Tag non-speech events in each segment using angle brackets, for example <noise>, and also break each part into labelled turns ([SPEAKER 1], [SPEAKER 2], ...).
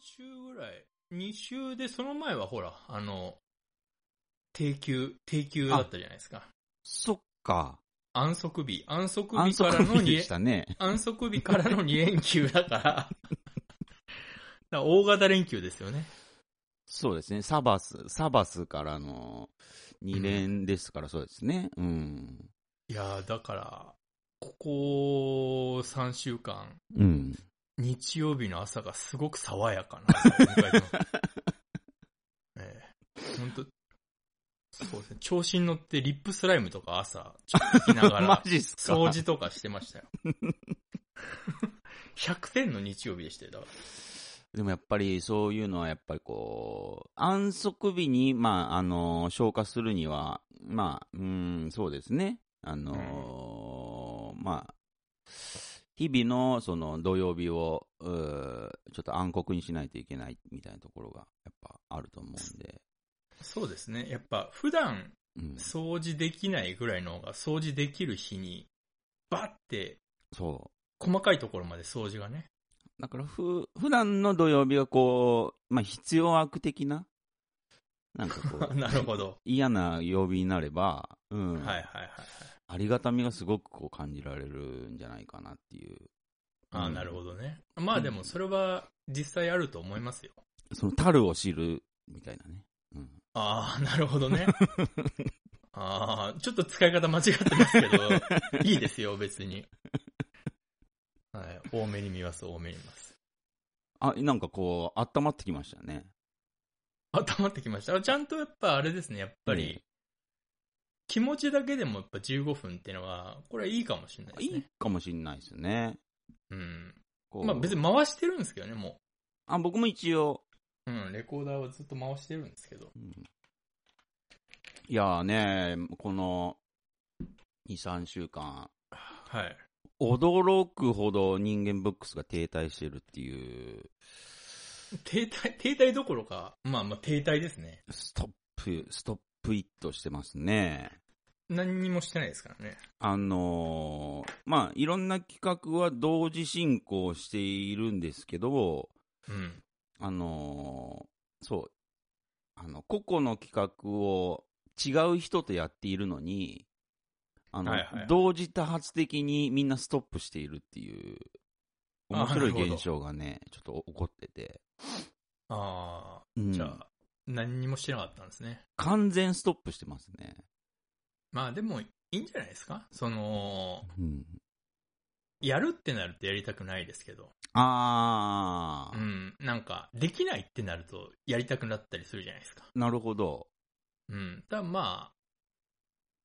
[SPEAKER 1] 週ぐらい。2週で、その前はほら、あの、定休、定休だったじゃないですか。
[SPEAKER 2] そっか。
[SPEAKER 1] 安息日。安息
[SPEAKER 2] 安
[SPEAKER 1] 日から
[SPEAKER 2] 息
[SPEAKER 1] の
[SPEAKER 2] 日で
[SPEAKER 1] 2
[SPEAKER 2] したね。
[SPEAKER 1] 安息日からの2連休だから、だから大型連休ですよね。
[SPEAKER 2] そうですね。サバス、サバスからの2連ですから、そうですね。うん。
[SPEAKER 1] いやーだから、ここ3週間、
[SPEAKER 2] うん。
[SPEAKER 1] 日曜日の朝がすごく爽やか
[SPEAKER 2] <laughs>
[SPEAKER 1] な朝を迎えてます。ええ本当そうですね。調子に乗ってリップスライムとか朝、ちょっと聞きなが
[SPEAKER 2] <laughs> マ
[SPEAKER 1] ら、
[SPEAKER 2] ジっすか。
[SPEAKER 1] 掃除とかしてま
[SPEAKER 2] <laughs>
[SPEAKER 1] したよ。100点の日曜日でしたよ、だか
[SPEAKER 2] でもやっぱりそういうのはやっぱりこう、安息日に、まあ、あの、消化するには、まあ、うん、そうですね。あの、まあ、日々のその土曜日を、うーちょっと暗黒にしないといけないみたいなところがやっぱあると思うんで。
[SPEAKER 1] ら。そうですね。やっぱ、普段
[SPEAKER 2] うん、
[SPEAKER 1] 掃除できないぐらいの方が、掃除できる日に、バッて、
[SPEAKER 2] そ
[SPEAKER 1] 細かいところまで掃除がね。
[SPEAKER 2] う。だからふ、普段の土曜日はこう、まあ、必要悪的な、なんかこう、
[SPEAKER 1] <laughs> なるほど。
[SPEAKER 2] 嫌な曜日になれば、うん。
[SPEAKER 1] はいはいはい。
[SPEAKER 2] ありがたみがすごくこう感じられるんじゃないかなっていう。
[SPEAKER 1] ああ、なる
[SPEAKER 2] ど。
[SPEAKER 1] ほどね。まあでもそれは実際あると思いますよ。
[SPEAKER 2] その樽を知るみたいなね。うん、
[SPEAKER 1] ああ、なるほどね。ああ、ちょっと使い方間違ってますけど、いいですよ、別に。はい、多めに見ます、多めに見ます。
[SPEAKER 2] あ、なんかこう、温まってきましたね。
[SPEAKER 1] あ、溜まってきました。あちゃんとやっぱあれですね、やっぱ
[SPEAKER 2] ね
[SPEAKER 1] り、気持ちだけでもやっぱ15分っていうのは、これはいいかもしれないです
[SPEAKER 2] いい
[SPEAKER 1] ね。
[SPEAKER 2] かもしれないですね。
[SPEAKER 1] うん。
[SPEAKER 2] こう
[SPEAKER 1] まあ別に回してるんですけどね、も
[SPEAKER 2] あ、僕も一応。
[SPEAKER 1] う。うん、レコーダーはずっと回してるんですけど。
[SPEAKER 2] うんいやーね、この2、3週間、
[SPEAKER 1] はい。
[SPEAKER 2] 驚くほど人間ブックスが停滞してるっていう、
[SPEAKER 1] 停滞、停滞どころか、まあまあ停滞ですね。
[SPEAKER 2] ストップ、ストップイットしてますね。
[SPEAKER 1] 何にもしてないですからね。
[SPEAKER 2] あのーまあ、いろんな企画は同時進行しているんですけど、
[SPEAKER 1] うん。
[SPEAKER 2] あのーそう、あの、個々の企画を違う人とやっているのに、あの、
[SPEAKER 1] はいはいはい
[SPEAKER 2] 同時多発的にみんなストップしているっていう、
[SPEAKER 1] あ
[SPEAKER 2] 面白
[SPEAKER 1] なるほ
[SPEAKER 2] い
[SPEAKER 1] ど
[SPEAKER 2] 現象がね、ちょっと起こってて、
[SPEAKER 1] ああ、
[SPEAKER 2] うん
[SPEAKER 1] じゃあ、何にもしてなかったんですね。
[SPEAKER 2] 完全ストップしてますね。
[SPEAKER 1] まあでも、いいんじゃないですかその、
[SPEAKER 2] うん、
[SPEAKER 1] やるってなるとやりたくないですけど。
[SPEAKER 2] あ
[SPEAKER 1] う
[SPEAKER 2] ー、
[SPEAKER 1] ん。なんか、できないってなると、やりたくなったりするじゃないですか。
[SPEAKER 2] なるほど。
[SPEAKER 1] うん。だからまあ、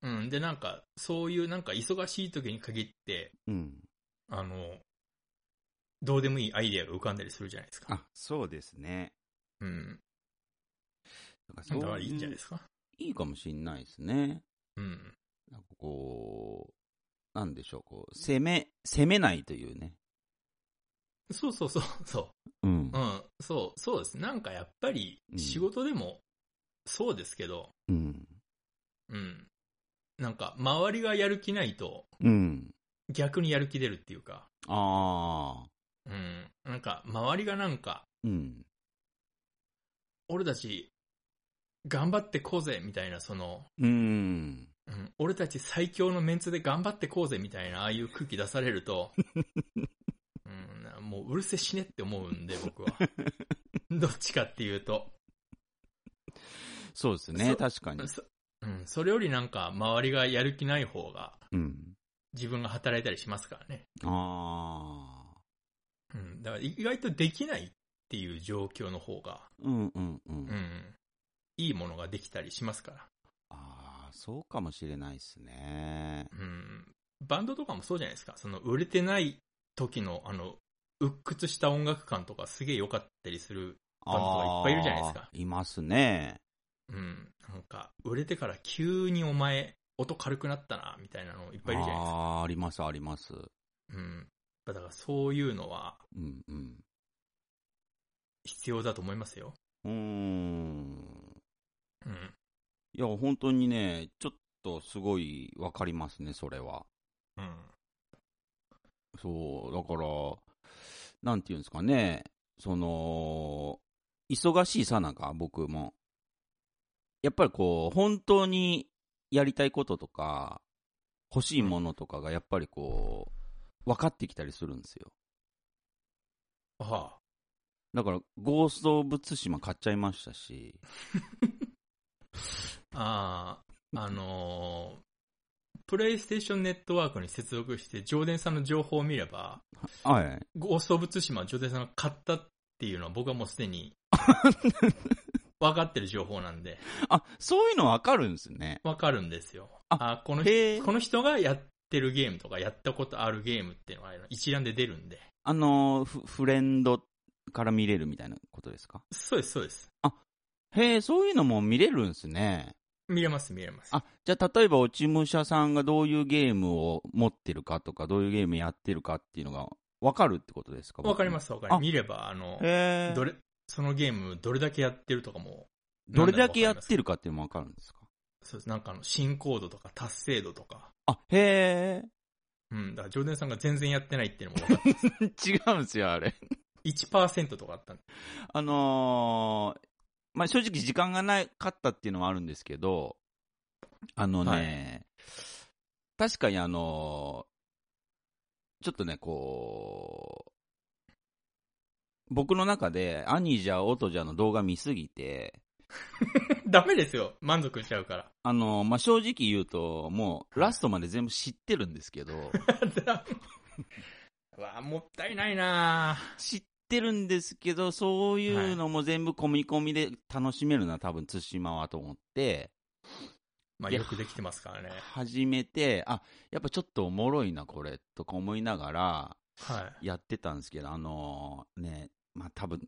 [SPEAKER 1] うん。で、なんか、そういう、なんか、忙しい時に限って、
[SPEAKER 2] うん。
[SPEAKER 1] あの、どうでもいいアイデアが浮かんだりするじゃないですか。
[SPEAKER 2] あ、そうですね。
[SPEAKER 1] うん。
[SPEAKER 2] だから
[SPEAKER 1] だからいいんじゃない
[SPEAKER 2] す
[SPEAKER 1] ですか。
[SPEAKER 2] いいかもしんないですね。
[SPEAKER 1] うん。
[SPEAKER 2] なんかこう、なんでしょう、こう、攻め、攻めないというね。
[SPEAKER 1] そうそうそう、そう。
[SPEAKER 2] うん
[SPEAKER 1] う。ん、そう、そうです。なんかやっぱり
[SPEAKER 2] う、ん
[SPEAKER 1] 仕事でも、そうですけど、
[SPEAKER 2] うん。
[SPEAKER 1] うん。なんか、周りがやる気ないと、
[SPEAKER 2] うん。
[SPEAKER 1] 逆にやる気出るっていうか、
[SPEAKER 2] ああ。
[SPEAKER 1] うん。なんか、周りがなんか、
[SPEAKER 2] うん。
[SPEAKER 1] 俺たち、頑張ってこうぜ、みたいな、その、
[SPEAKER 2] うん。
[SPEAKER 1] うん、俺たち最強のメンツで頑張ってこうぜ、みたいな、ああいう空気出されると、うん、なもううるせえ死ねって思うんで、僕は。どっちかっていうと。
[SPEAKER 2] そうですね、
[SPEAKER 1] そ
[SPEAKER 2] 確かに。
[SPEAKER 1] そうん、それよりなんか、周りがやる気ない方が、
[SPEAKER 2] うん。
[SPEAKER 1] 自分が働いたりしますからね。
[SPEAKER 2] ああ。
[SPEAKER 1] うん。だから意外とできないっていう状況の方が、
[SPEAKER 2] うんうんうん。
[SPEAKER 1] うん。いいものができたりしますから。
[SPEAKER 2] ああ、そうかもしれないですね。
[SPEAKER 1] うん。バンドとかもそうじゃないですか。その売れてない時の、あの、鬱屈した音楽感とかすげえ良かったりする。
[SPEAKER 2] あ
[SPEAKER 1] バンドがいっぱいいるじゃないですか
[SPEAKER 2] あいますね。
[SPEAKER 1] うん。なんか、売れてから急にお前、音軽くなったな、みたいなのいっぱいいるじゃないですか。
[SPEAKER 2] ああー、ありますあります。
[SPEAKER 1] うん。だからそういうのは
[SPEAKER 2] うんうん。
[SPEAKER 1] 必要だと思いますよ。
[SPEAKER 2] うーん。
[SPEAKER 1] うん。
[SPEAKER 2] いや、本当にね、ちょっとすごいわかりますね、それは。
[SPEAKER 1] うん。
[SPEAKER 2] そう、だから、なんていうんですかね、その、忙しいさなんか、僕も。やっぱりこう、本当にやりたいこととか、欲しいものとかがやっぱりこう、分かってきたりするんですよ。
[SPEAKER 1] はあ。
[SPEAKER 2] だから、ゴースト・オブ・ツシマ買っちゃいましたし、
[SPEAKER 1] ああ、あのープレイステーションネットワークに接続して、ジョーデンさんの情報を見れば、
[SPEAKER 2] はい。
[SPEAKER 1] ゴースト・オブ・ツシマはジョーデンさんが買ったっていうのは僕はもうすで
[SPEAKER 2] <laughs>
[SPEAKER 1] に、分かってる情報なんで、
[SPEAKER 2] あ、そういうの分かるんですね。
[SPEAKER 1] 分かるんですよ。
[SPEAKER 2] あ
[SPEAKER 1] あこの人
[SPEAKER 2] へえ
[SPEAKER 1] こ。の人がやってるゲームとか、やったことあるゲームっていうのは一覧で出るんで。
[SPEAKER 2] あのーフ、フレンドから見れるみたいなことですか
[SPEAKER 1] そうです、そうです。
[SPEAKER 2] へえ、そういうのも見れるんですね。
[SPEAKER 1] 見れます、見れます。
[SPEAKER 2] あ、じゃあ例えば落ち武者さんがどういうゲームを持ってるかとか、どういうゲームやってるかっていうのが分かるってことですか。
[SPEAKER 1] わかりますす、わかりま
[SPEAKER 2] あ
[SPEAKER 1] す。見れば、あの、
[SPEAKER 2] へえ。
[SPEAKER 1] どれ、そのゲームどれだけやってるとかも、
[SPEAKER 2] どれだけやって
[SPEAKER 1] る
[SPEAKER 2] るかっていうのも分かるんですか
[SPEAKER 1] そうです。なんかあの、進行度とか達成度とか。
[SPEAKER 2] あ、へえ。
[SPEAKER 1] うん。だから、ジョーデンさんが全然やってないっていうのも分 <laughs> かって、
[SPEAKER 2] <laughs> 違うんですよ、あれ。
[SPEAKER 1] 1%とかあったん <laughs> で。
[SPEAKER 2] あのーまあ、正直時間がなかったっていうのはあるんですけど、あのね、確かにあのーちょっとね、こう、僕の中で、アニージャー、オトジャーの動画見すぎて、
[SPEAKER 1] ダメですよ。満足しちゃうから。 <laughs>
[SPEAKER 2] あのーまあ、正直言うと、もう、ラストまで全部知ってるんですけど、
[SPEAKER 1] うわあもったいないなあ
[SPEAKER 2] 知ってるんですけど、そういうのも全部込み込みで楽しめるな、多分、対馬はと思って、
[SPEAKER 1] まあ、
[SPEAKER 2] いや
[SPEAKER 1] よくできてますからね。
[SPEAKER 2] 始めて、あ、やっぱちょっとおもろいな、これ、とか思いながら、
[SPEAKER 1] は
[SPEAKER 2] やってたんですけど、あのーね、まあ多分、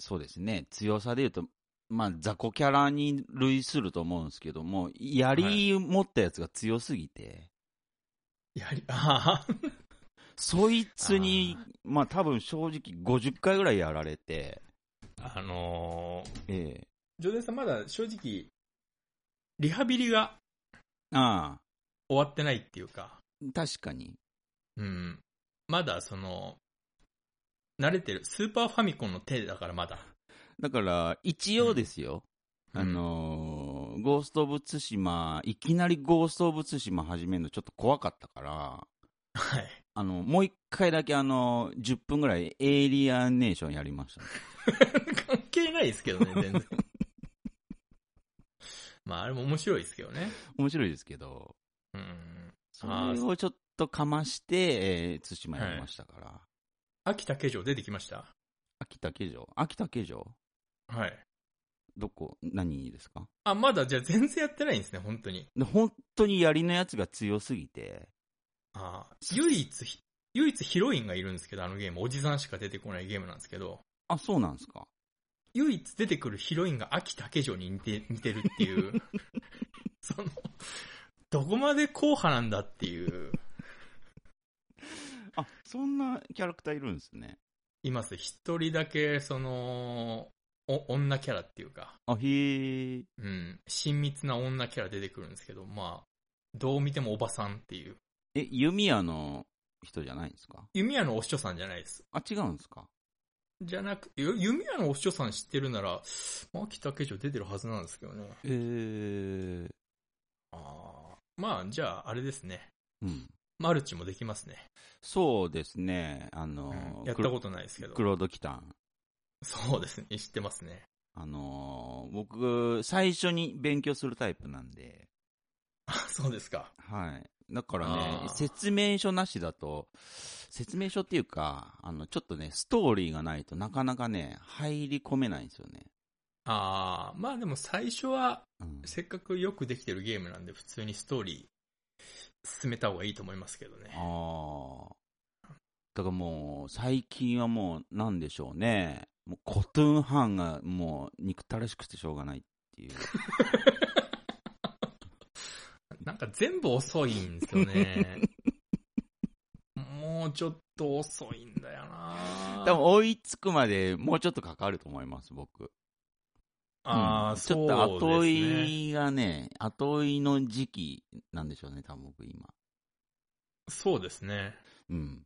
[SPEAKER 2] そうですね、強さで言うと、まあ雑魚キャラに類すると思うんですけども、槍持ったやつが強すぎて、
[SPEAKER 1] い。やはり、 <laughs> ああ、
[SPEAKER 2] そいつに、まあ多分正直50回ぐらいやられて、
[SPEAKER 1] あのー、
[SPEAKER 2] ええ
[SPEAKER 1] ジョーデンさんまだ正直、リハビリが
[SPEAKER 2] あ
[SPEAKER 1] 終わってないっていうか、
[SPEAKER 2] あ、確かに。
[SPEAKER 1] うん。まだその、慣れてる。スーパーファミコンの手だからまだ。
[SPEAKER 2] だから、一応ですよ。
[SPEAKER 1] うん
[SPEAKER 2] あのーゴースト・オブ・ツシマ、いきなりゴースト・オブ・ツシマ始めるのちょっと怖かったから、
[SPEAKER 1] はい。
[SPEAKER 2] あの、もう一回だけあのー、10分ぐらいエイリアンネーションやりましたね、 <laughs>
[SPEAKER 1] 関係ないですけどね、全然。 <laughs> まあ、あれも面白いですけどね。
[SPEAKER 2] 面白いですけど、
[SPEAKER 1] うん。
[SPEAKER 2] それをちょっとかまして、えー、ツシマやりましたから。
[SPEAKER 1] 秋田家城出てきました
[SPEAKER 2] 秋田家城秋田家城
[SPEAKER 1] はい。
[SPEAKER 2] どこ何ですか
[SPEAKER 1] あ、まだじゃあ全然やってないんですね、本当に。
[SPEAKER 2] で本当に槍のやつが強すぎて、
[SPEAKER 1] ああ唯一ひ、唯一ヒロインがいるんですけど、あのゲーム、おじさんしか出てこないゲームなんですけど、
[SPEAKER 2] あ、そうなんですか
[SPEAKER 1] 唯一出てくるヒロインが秋田家城に似て、似てるっていう。 <laughs> その、どこまで硬派なんだっていう。
[SPEAKER 2] あ、そんなキャラクターいるんですね。
[SPEAKER 1] います。一人だけ、その、お、女キャラっていうか、
[SPEAKER 2] あ、へー。
[SPEAKER 1] うん、親密な女キャラ出てくるんですけど、まあ、どう見てもおばさんっていう。
[SPEAKER 2] え、弓矢の人じゃないんですか
[SPEAKER 1] 弓矢のお師匠さんじゃないです。
[SPEAKER 2] あ、違うんですか
[SPEAKER 1] じゃなくて、ゆ弓矢のお師匠さん知ってるなら、まあ、秋田家城出てるはずなんですけどね。
[SPEAKER 2] えー、
[SPEAKER 1] あーまあ、じゃあ、あれですね。
[SPEAKER 2] うん。
[SPEAKER 1] マルチもできますね。
[SPEAKER 2] そうですね、あ
[SPEAKER 1] うん
[SPEAKER 2] の、
[SPEAKER 1] やったことないですけど
[SPEAKER 2] ク。ロードキタン。
[SPEAKER 1] そうですね。知ってますね。 <laughs>
[SPEAKER 2] あのー、僕、最初に勉強するタイプなんで、
[SPEAKER 1] あそうですか。
[SPEAKER 2] はい。だから
[SPEAKER 1] あ
[SPEAKER 2] ね
[SPEAKER 1] ー、
[SPEAKER 2] 説明書なしだと、説明書っていうか、あの、ちょっとね、ストーリーがないとなかなかね、入り込めないんですよね。
[SPEAKER 1] ああ、まあでも最初は、
[SPEAKER 2] うん、
[SPEAKER 1] せっかくよくできてるゲームなんで、普通にストーリー進めた方がいいと思いますけどね。
[SPEAKER 2] ああ。だからもう、最近はもう、なんでしょうね。もう、コトゥーンハンがもう、憎たらしくてしょうがないっていう。
[SPEAKER 1] なんか全部遅いんですよね。 <laughs> もうちょっと遅いんだよな
[SPEAKER 2] <laughs> 多分、追いつくまでもうちょっとかかると思います、僕。
[SPEAKER 1] ああ、
[SPEAKER 2] うんち
[SPEAKER 1] そう
[SPEAKER 2] ょ
[SPEAKER 1] で
[SPEAKER 2] っ
[SPEAKER 1] すね。
[SPEAKER 2] と後追いがね、後追いの時期なんでしょうね、多分僕今。
[SPEAKER 1] そうですね。
[SPEAKER 2] うん。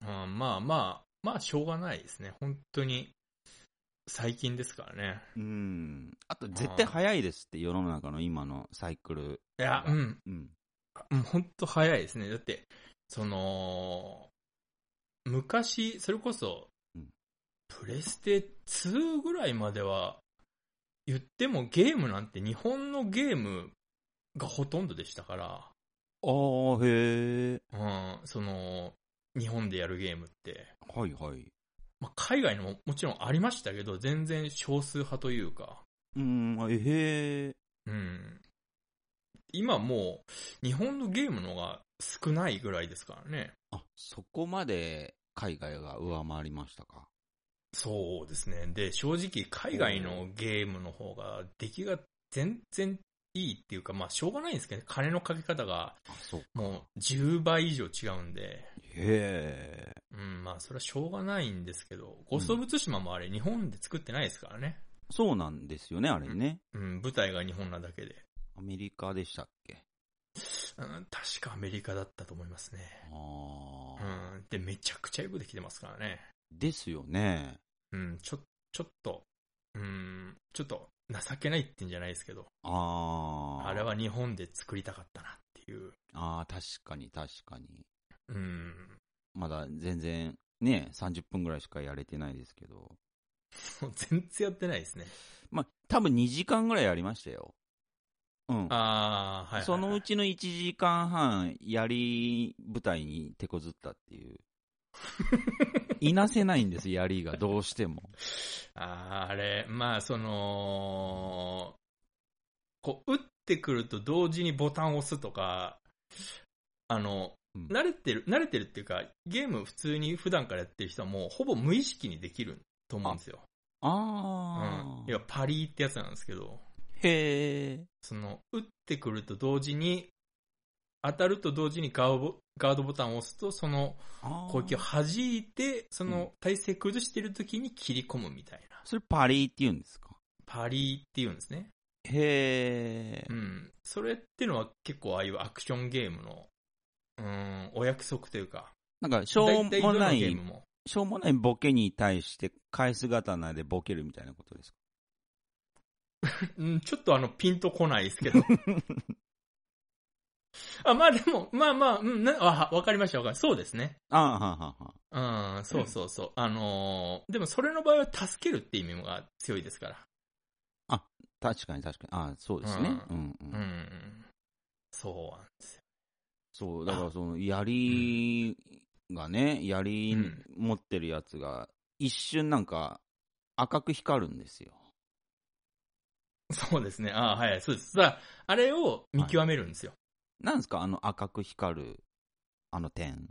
[SPEAKER 1] うん、まあまあ、まあしょうがないですね。本当に。最近ですからね。
[SPEAKER 2] うん。あと、絶対早いですって、世の中の今のサイクル。
[SPEAKER 1] いや、うん。
[SPEAKER 2] うん。
[SPEAKER 1] もうほんと早いですね。だって、その、昔、それこそ
[SPEAKER 2] うん、
[SPEAKER 1] プレステ2ぐらいまでは、言ってもゲームなんて日本のゲームがほとんどでしたから、
[SPEAKER 2] ああ、へえ。
[SPEAKER 1] うん、その、日本でやるゲームって。
[SPEAKER 2] はいはい。
[SPEAKER 1] まあ、海外のももちろんありましたけど、全然少数派というか、
[SPEAKER 2] うん、あえへえ。
[SPEAKER 1] うん。今もう、日本のゲームの方が少ないぐらいですからね。
[SPEAKER 2] あ、そこまで海外が上回りましたか。
[SPEAKER 1] そうですね。で、正直、海外のゲームの方が、出来が全然いいっていうか、まあ、しょうがないんですけどね、金のかけ方が、
[SPEAKER 2] あ、そう。
[SPEAKER 1] もう、10倍以上違うんで、
[SPEAKER 2] へえ。
[SPEAKER 1] うん、まあ、それはしょうがないんですけど、ゴースト・オブ・ツシマもあれ、日本で作ってないですからね。
[SPEAKER 2] そうなんですよね、あれね。
[SPEAKER 1] うん、舞台が日本なだけで。
[SPEAKER 2] アメリカでしたっけ。
[SPEAKER 1] うん、確かアメリカだったと思いますね。
[SPEAKER 2] あ
[SPEAKER 1] う
[SPEAKER 2] あ、
[SPEAKER 1] ん、で、めちゃくちゃよくできてますからね。
[SPEAKER 2] ですよね。
[SPEAKER 1] うん、ちょ、ちょっと、うん、ちょっと、情けないって言うんじゃないですけど、
[SPEAKER 2] ああ。
[SPEAKER 1] あれ。は日本で作りたかったなっていう。
[SPEAKER 2] ああ、確かに確かに。
[SPEAKER 1] うん。 <laughs>
[SPEAKER 2] まだ全然、ね、30分ぐらいしかやれてないですけど。
[SPEAKER 1] もう全然やってないですね。
[SPEAKER 2] まあ、多分2時間ぐらいやりましたよ。うん。
[SPEAKER 1] ああ、はいはいはい、
[SPEAKER 2] そのうちの1時間半、やり舞台に手こずったって <laughs> いう。いなせないんです、やりが、どうしても。
[SPEAKER 1] あーあれ、まあ、その、こう、打ってくると同時にボタンを押すとか、あの、
[SPEAKER 2] うん
[SPEAKER 1] 慣れてる、慣れてるっていうか、ゲーム普通に普段からやってる人はもうほぼ無意識にできると思うんですよ。う
[SPEAKER 2] あ
[SPEAKER 1] ん。
[SPEAKER 2] あ、
[SPEAKER 1] 要はパリーってやつなんですけど、
[SPEAKER 2] へえ。
[SPEAKER 1] その、打ってくると同時に、当たると同時にガードガードボタンを押すと、その
[SPEAKER 2] あー
[SPEAKER 1] 攻撃を弾いて、そうの体勢崩してる時に切り込むみたいな。
[SPEAKER 2] それパリーって言うんですか
[SPEAKER 1] パリーっていうんですね。
[SPEAKER 2] へ
[SPEAKER 1] う。
[SPEAKER 2] え
[SPEAKER 1] ん。それってのは結構ああいうアクションゲームの、うん、お約束というか、
[SPEAKER 2] なんか、しょう
[SPEAKER 1] 大体
[SPEAKER 2] も
[SPEAKER 1] どの
[SPEAKER 2] な
[SPEAKER 1] ゲーム
[SPEAKER 2] い、
[SPEAKER 1] も。
[SPEAKER 2] しょうもないボケに対して、返す刀でボケるみたいなことですか
[SPEAKER 1] うん、ちょっとあの、ピンとこないですけど。
[SPEAKER 2] <laughs>
[SPEAKER 1] あ、まあでも、まあまあ、うん、なあ、わかりましたわかりました。そうですね。
[SPEAKER 2] ああ、はんはんはん。
[SPEAKER 1] うん、そうそうそう。あのーでもそれの場合は助けるって意味が強いですから。
[SPEAKER 2] 確かに確かに。ああ、そうですね。
[SPEAKER 1] う
[SPEAKER 2] うん、うん
[SPEAKER 1] う。ん。そうなんですよ。
[SPEAKER 2] そう、だからその、槍がね、槍
[SPEAKER 1] うん
[SPEAKER 2] 持ってるやつが、一瞬なんか、赤く光るんですよ。
[SPEAKER 1] そうですね。あはい、そうです。さあ、あれを見極めるんですよ。
[SPEAKER 2] なんですかあの赤く光る、あの点。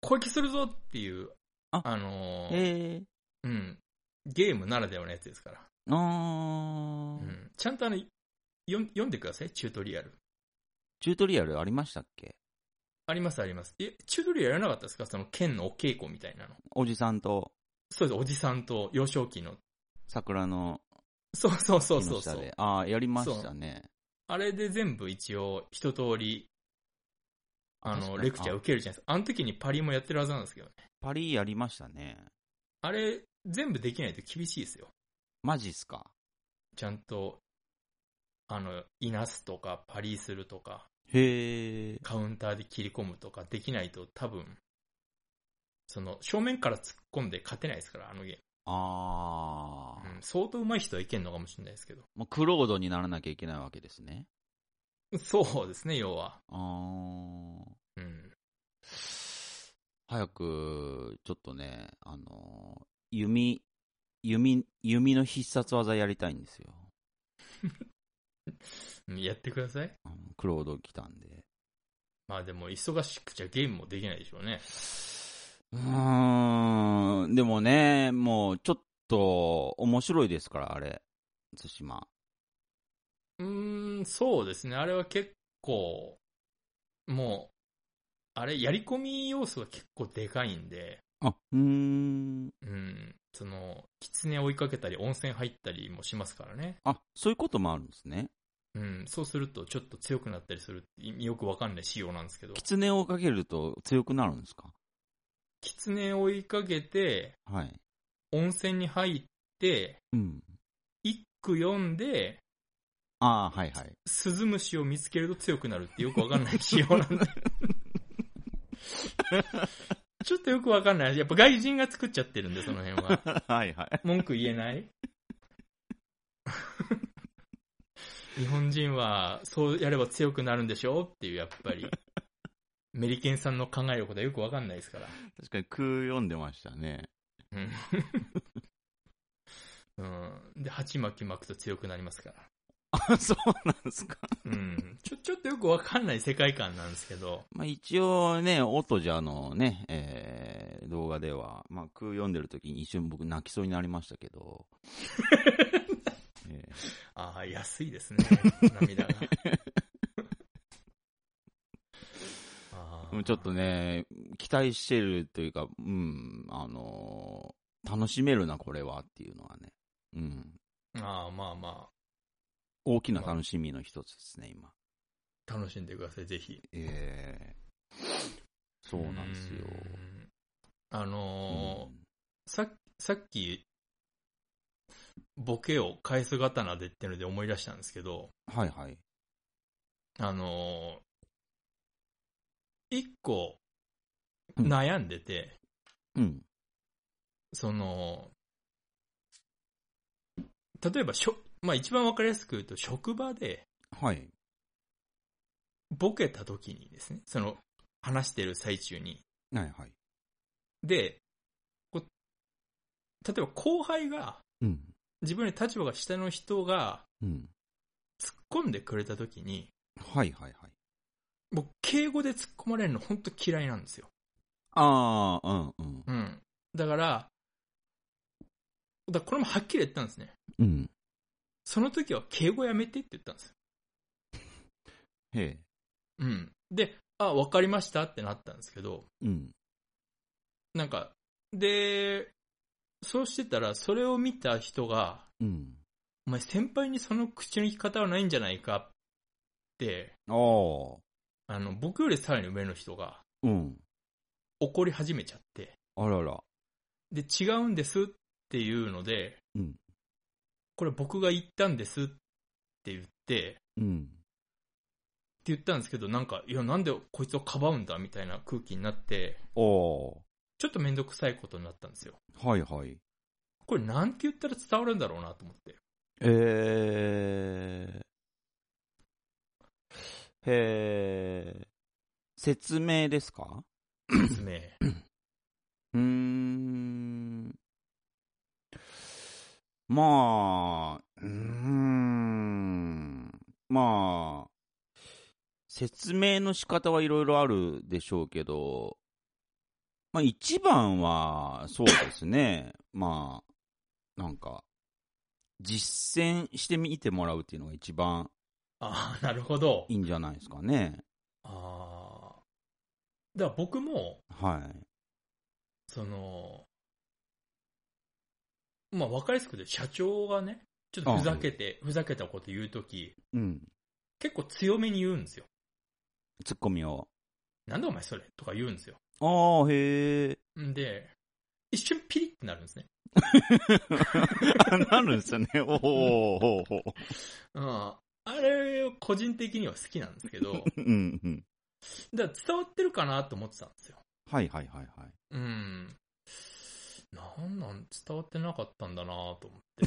[SPEAKER 1] 攻撃するぞっていう、
[SPEAKER 2] あ
[SPEAKER 1] あのー
[SPEAKER 2] へえ。
[SPEAKER 1] うん。ゲームならではのやつですから。
[SPEAKER 2] あ
[SPEAKER 1] う
[SPEAKER 2] ー、
[SPEAKER 1] ん。ちゃんとあの、よん読んでください、チュートリアル。
[SPEAKER 2] チュートリアルありましたっけ
[SPEAKER 1] ありますあります。え、チュートリアルやらなかったですかその剣のお稽古みたいなの。
[SPEAKER 2] おじさんと
[SPEAKER 1] そうです、おじさんと幼少期の。
[SPEAKER 2] 桜の
[SPEAKER 1] そうそうそ
[SPEAKER 2] 木
[SPEAKER 1] うそ
[SPEAKER 2] の
[SPEAKER 1] うそ
[SPEAKER 2] 下
[SPEAKER 1] う。
[SPEAKER 2] で。ああ、やりましたね。
[SPEAKER 1] あれで全部一応一通り、あ
[SPEAKER 2] 確
[SPEAKER 1] の、
[SPEAKER 2] かに
[SPEAKER 1] レクチャー
[SPEAKER 2] あ
[SPEAKER 1] 受けるじゃないですか。あの時にパリもやってるはずなんですけどね。
[SPEAKER 2] パリやりましたね。
[SPEAKER 1] あれ、全部できないと厳しいですよ。
[SPEAKER 2] マジっすか
[SPEAKER 1] ちゃんと、あの、いなすとか、パリするとか、
[SPEAKER 2] へえ。
[SPEAKER 1] カウンターで切り込むとかできないと多分、その、正面から突っ込んで勝てないですから、あのゲ
[SPEAKER 2] あ
[SPEAKER 1] ー
[SPEAKER 2] あ
[SPEAKER 1] ム。、うん、相当上手い人はいけんのかもしれないですけど。
[SPEAKER 2] もうクロードにならなきゃいけないわけですね。
[SPEAKER 1] そうですね、要は。
[SPEAKER 2] ああ。
[SPEAKER 1] うん。
[SPEAKER 2] 早く、ちょっとね、あのー弓、弓、弓の必殺技やりたいんですよ。
[SPEAKER 1] うんやってください。
[SPEAKER 2] あのクロード来たんで。
[SPEAKER 1] まあでも、忙しくちゃゲームもできないでしょうね。
[SPEAKER 2] うーん、でもね、もうちょっと面白いですから、あれ。対馬。
[SPEAKER 1] うーん、そうですね。あれは結構、もう、あれ、やり込み要素が結構でかいんで、
[SPEAKER 2] あ、うーん。
[SPEAKER 1] うん、その、狐追いかけたり、温泉入ったりもしますからね。
[SPEAKER 2] あ、そういうこともあるんですね。
[SPEAKER 1] うん、そうするとちょっと強くなったりするってよくわかんない仕様なんですけど、
[SPEAKER 2] 狐をかけると強くなるんですか
[SPEAKER 1] 狐追いかけて、
[SPEAKER 2] はい。
[SPEAKER 1] 温泉に入っって、
[SPEAKER 2] うん。
[SPEAKER 1] 一句読んで、
[SPEAKER 2] ああ、はいはい。
[SPEAKER 1] スズムシを見つけると強くなるってよくわかんない仕様なんで。ちょっとよくわかんない。やっぱ外人が作っちゃってるんで、その辺は。
[SPEAKER 2] <laughs> はいはい。
[SPEAKER 1] 文句言えない日本人はそうやれば強くなるんでしょっていうやっぱりアメリケンさんの考えることはよくわかんないですから
[SPEAKER 2] 確かに空読んでましたね。
[SPEAKER 1] うんうんで鉢巻き巻くと強くなりますから
[SPEAKER 2] あ、 <laughs> そうなんですか。
[SPEAKER 1] うんちょちょっとよくわかんない世界観なんですけど
[SPEAKER 2] まあ一応ね、オトジャのね、えー動画では、まあ空読んでる時に一瞬僕泣きそうになりましたけど。えー
[SPEAKER 1] ああ安いですね涙があ
[SPEAKER 2] <laughs> うんちょっとね、期待してるというか、うん、あのー楽しめるな、これはっていうのはね。うん。
[SPEAKER 1] ああまあま
[SPEAKER 2] 大きな楽しみの一つですね、今。
[SPEAKER 1] あ楽しんでくださいぜひ
[SPEAKER 2] えー、そうなんですよ。
[SPEAKER 1] うんあ
[SPEAKER 2] う
[SPEAKER 1] のー
[SPEAKER 2] ん
[SPEAKER 1] さっさっき、ボケを返す刀でってので思い出したんですけど、
[SPEAKER 2] はいはい。
[SPEAKER 1] あのー一個
[SPEAKER 2] うん
[SPEAKER 1] 悩んでて、
[SPEAKER 2] うん。
[SPEAKER 1] その、例えばしょ、まあ一番わかりやすく言うと、職場で
[SPEAKER 2] はい。
[SPEAKER 1] ボケた時にですね、その、話してる最中に。
[SPEAKER 2] はいはい。
[SPEAKER 1] で、こう例えば後輩が、
[SPEAKER 2] うん。
[SPEAKER 1] 自分より立場が下の人が
[SPEAKER 2] うん。
[SPEAKER 1] 突っ込んでくれた時に、
[SPEAKER 2] はいはいはい。
[SPEAKER 1] 僕、敬語で突っ込まれるの本当嫌いなんですよ。
[SPEAKER 2] ああ、うんうん。
[SPEAKER 1] うん。だから、だからこれもはっきり言ったんですね。
[SPEAKER 2] うん。
[SPEAKER 1] その時は敬語やめてって言ったんですよ。
[SPEAKER 2] へえ。
[SPEAKER 1] うん。で、あ、わかりましたってなったんですけど、
[SPEAKER 2] うん。
[SPEAKER 1] なんか、で、そうしてたら、それを見た人が、
[SPEAKER 2] うん。
[SPEAKER 1] お前先輩にその口の利き方はないんじゃないかって、
[SPEAKER 2] ああ。
[SPEAKER 1] あの、僕よりさらに上の人が
[SPEAKER 2] うん。
[SPEAKER 1] 怒り始めちゃって、
[SPEAKER 2] あらら。
[SPEAKER 1] で、違うんですっていうので、
[SPEAKER 2] うん
[SPEAKER 1] これ僕が言ったんですって言って、って
[SPEAKER 2] うん。
[SPEAKER 1] 言ったんですけど、なんか、いや、なんでこいつをかばうんだみたいな空気になって、
[SPEAKER 2] ああ。
[SPEAKER 1] ちょっとめんどくさいことになったんですよ。
[SPEAKER 2] はいはい。
[SPEAKER 1] これなんて言ったら伝わるんだろうなと思
[SPEAKER 2] <laughs>
[SPEAKER 1] って。
[SPEAKER 2] えー。へえ。説明ですか
[SPEAKER 1] 説明。
[SPEAKER 2] うーん。まあ、うーん。まあ、説明の仕方はいろいろあるでしょうけど、まあ一番は、そうですね。 <laughs> まあ、なんか、実践してみてもらうっていうのが一番
[SPEAKER 1] ああ、なるほど
[SPEAKER 2] い。いんじゃないですかね。
[SPEAKER 1] ああ。だから僕も、
[SPEAKER 2] はい。
[SPEAKER 1] その、まあ、わかりやすくて、社長がね、ちょっとふざけて、ふざけたこと言うとき、
[SPEAKER 2] うん。
[SPEAKER 1] 結構強めに言うんですよ。
[SPEAKER 2] ツッコミを。
[SPEAKER 1] なんだお前それとか言うんですよ。
[SPEAKER 2] ああ、へえ。
[SPEAKER 1] んで、一瞬ピリってなるんですね。
[SPEAKER 2] あ <laughs> なるんですよね。おーおーおーおー
[SPEAKER 1] うん。あれ、個人的には好きなんですけ
[SPEAKER 2] <laughs>
[SPEAKER 1] ど、
[SPEAKER 2] うんうん。
[SPEAKER 1] だから伝わってるかなと思ってたんですよ。
[SPEAKER 2] はいはいはいはい。
[SPEAKER 1] うん。なんなん、伝わってなかったんだなと思って。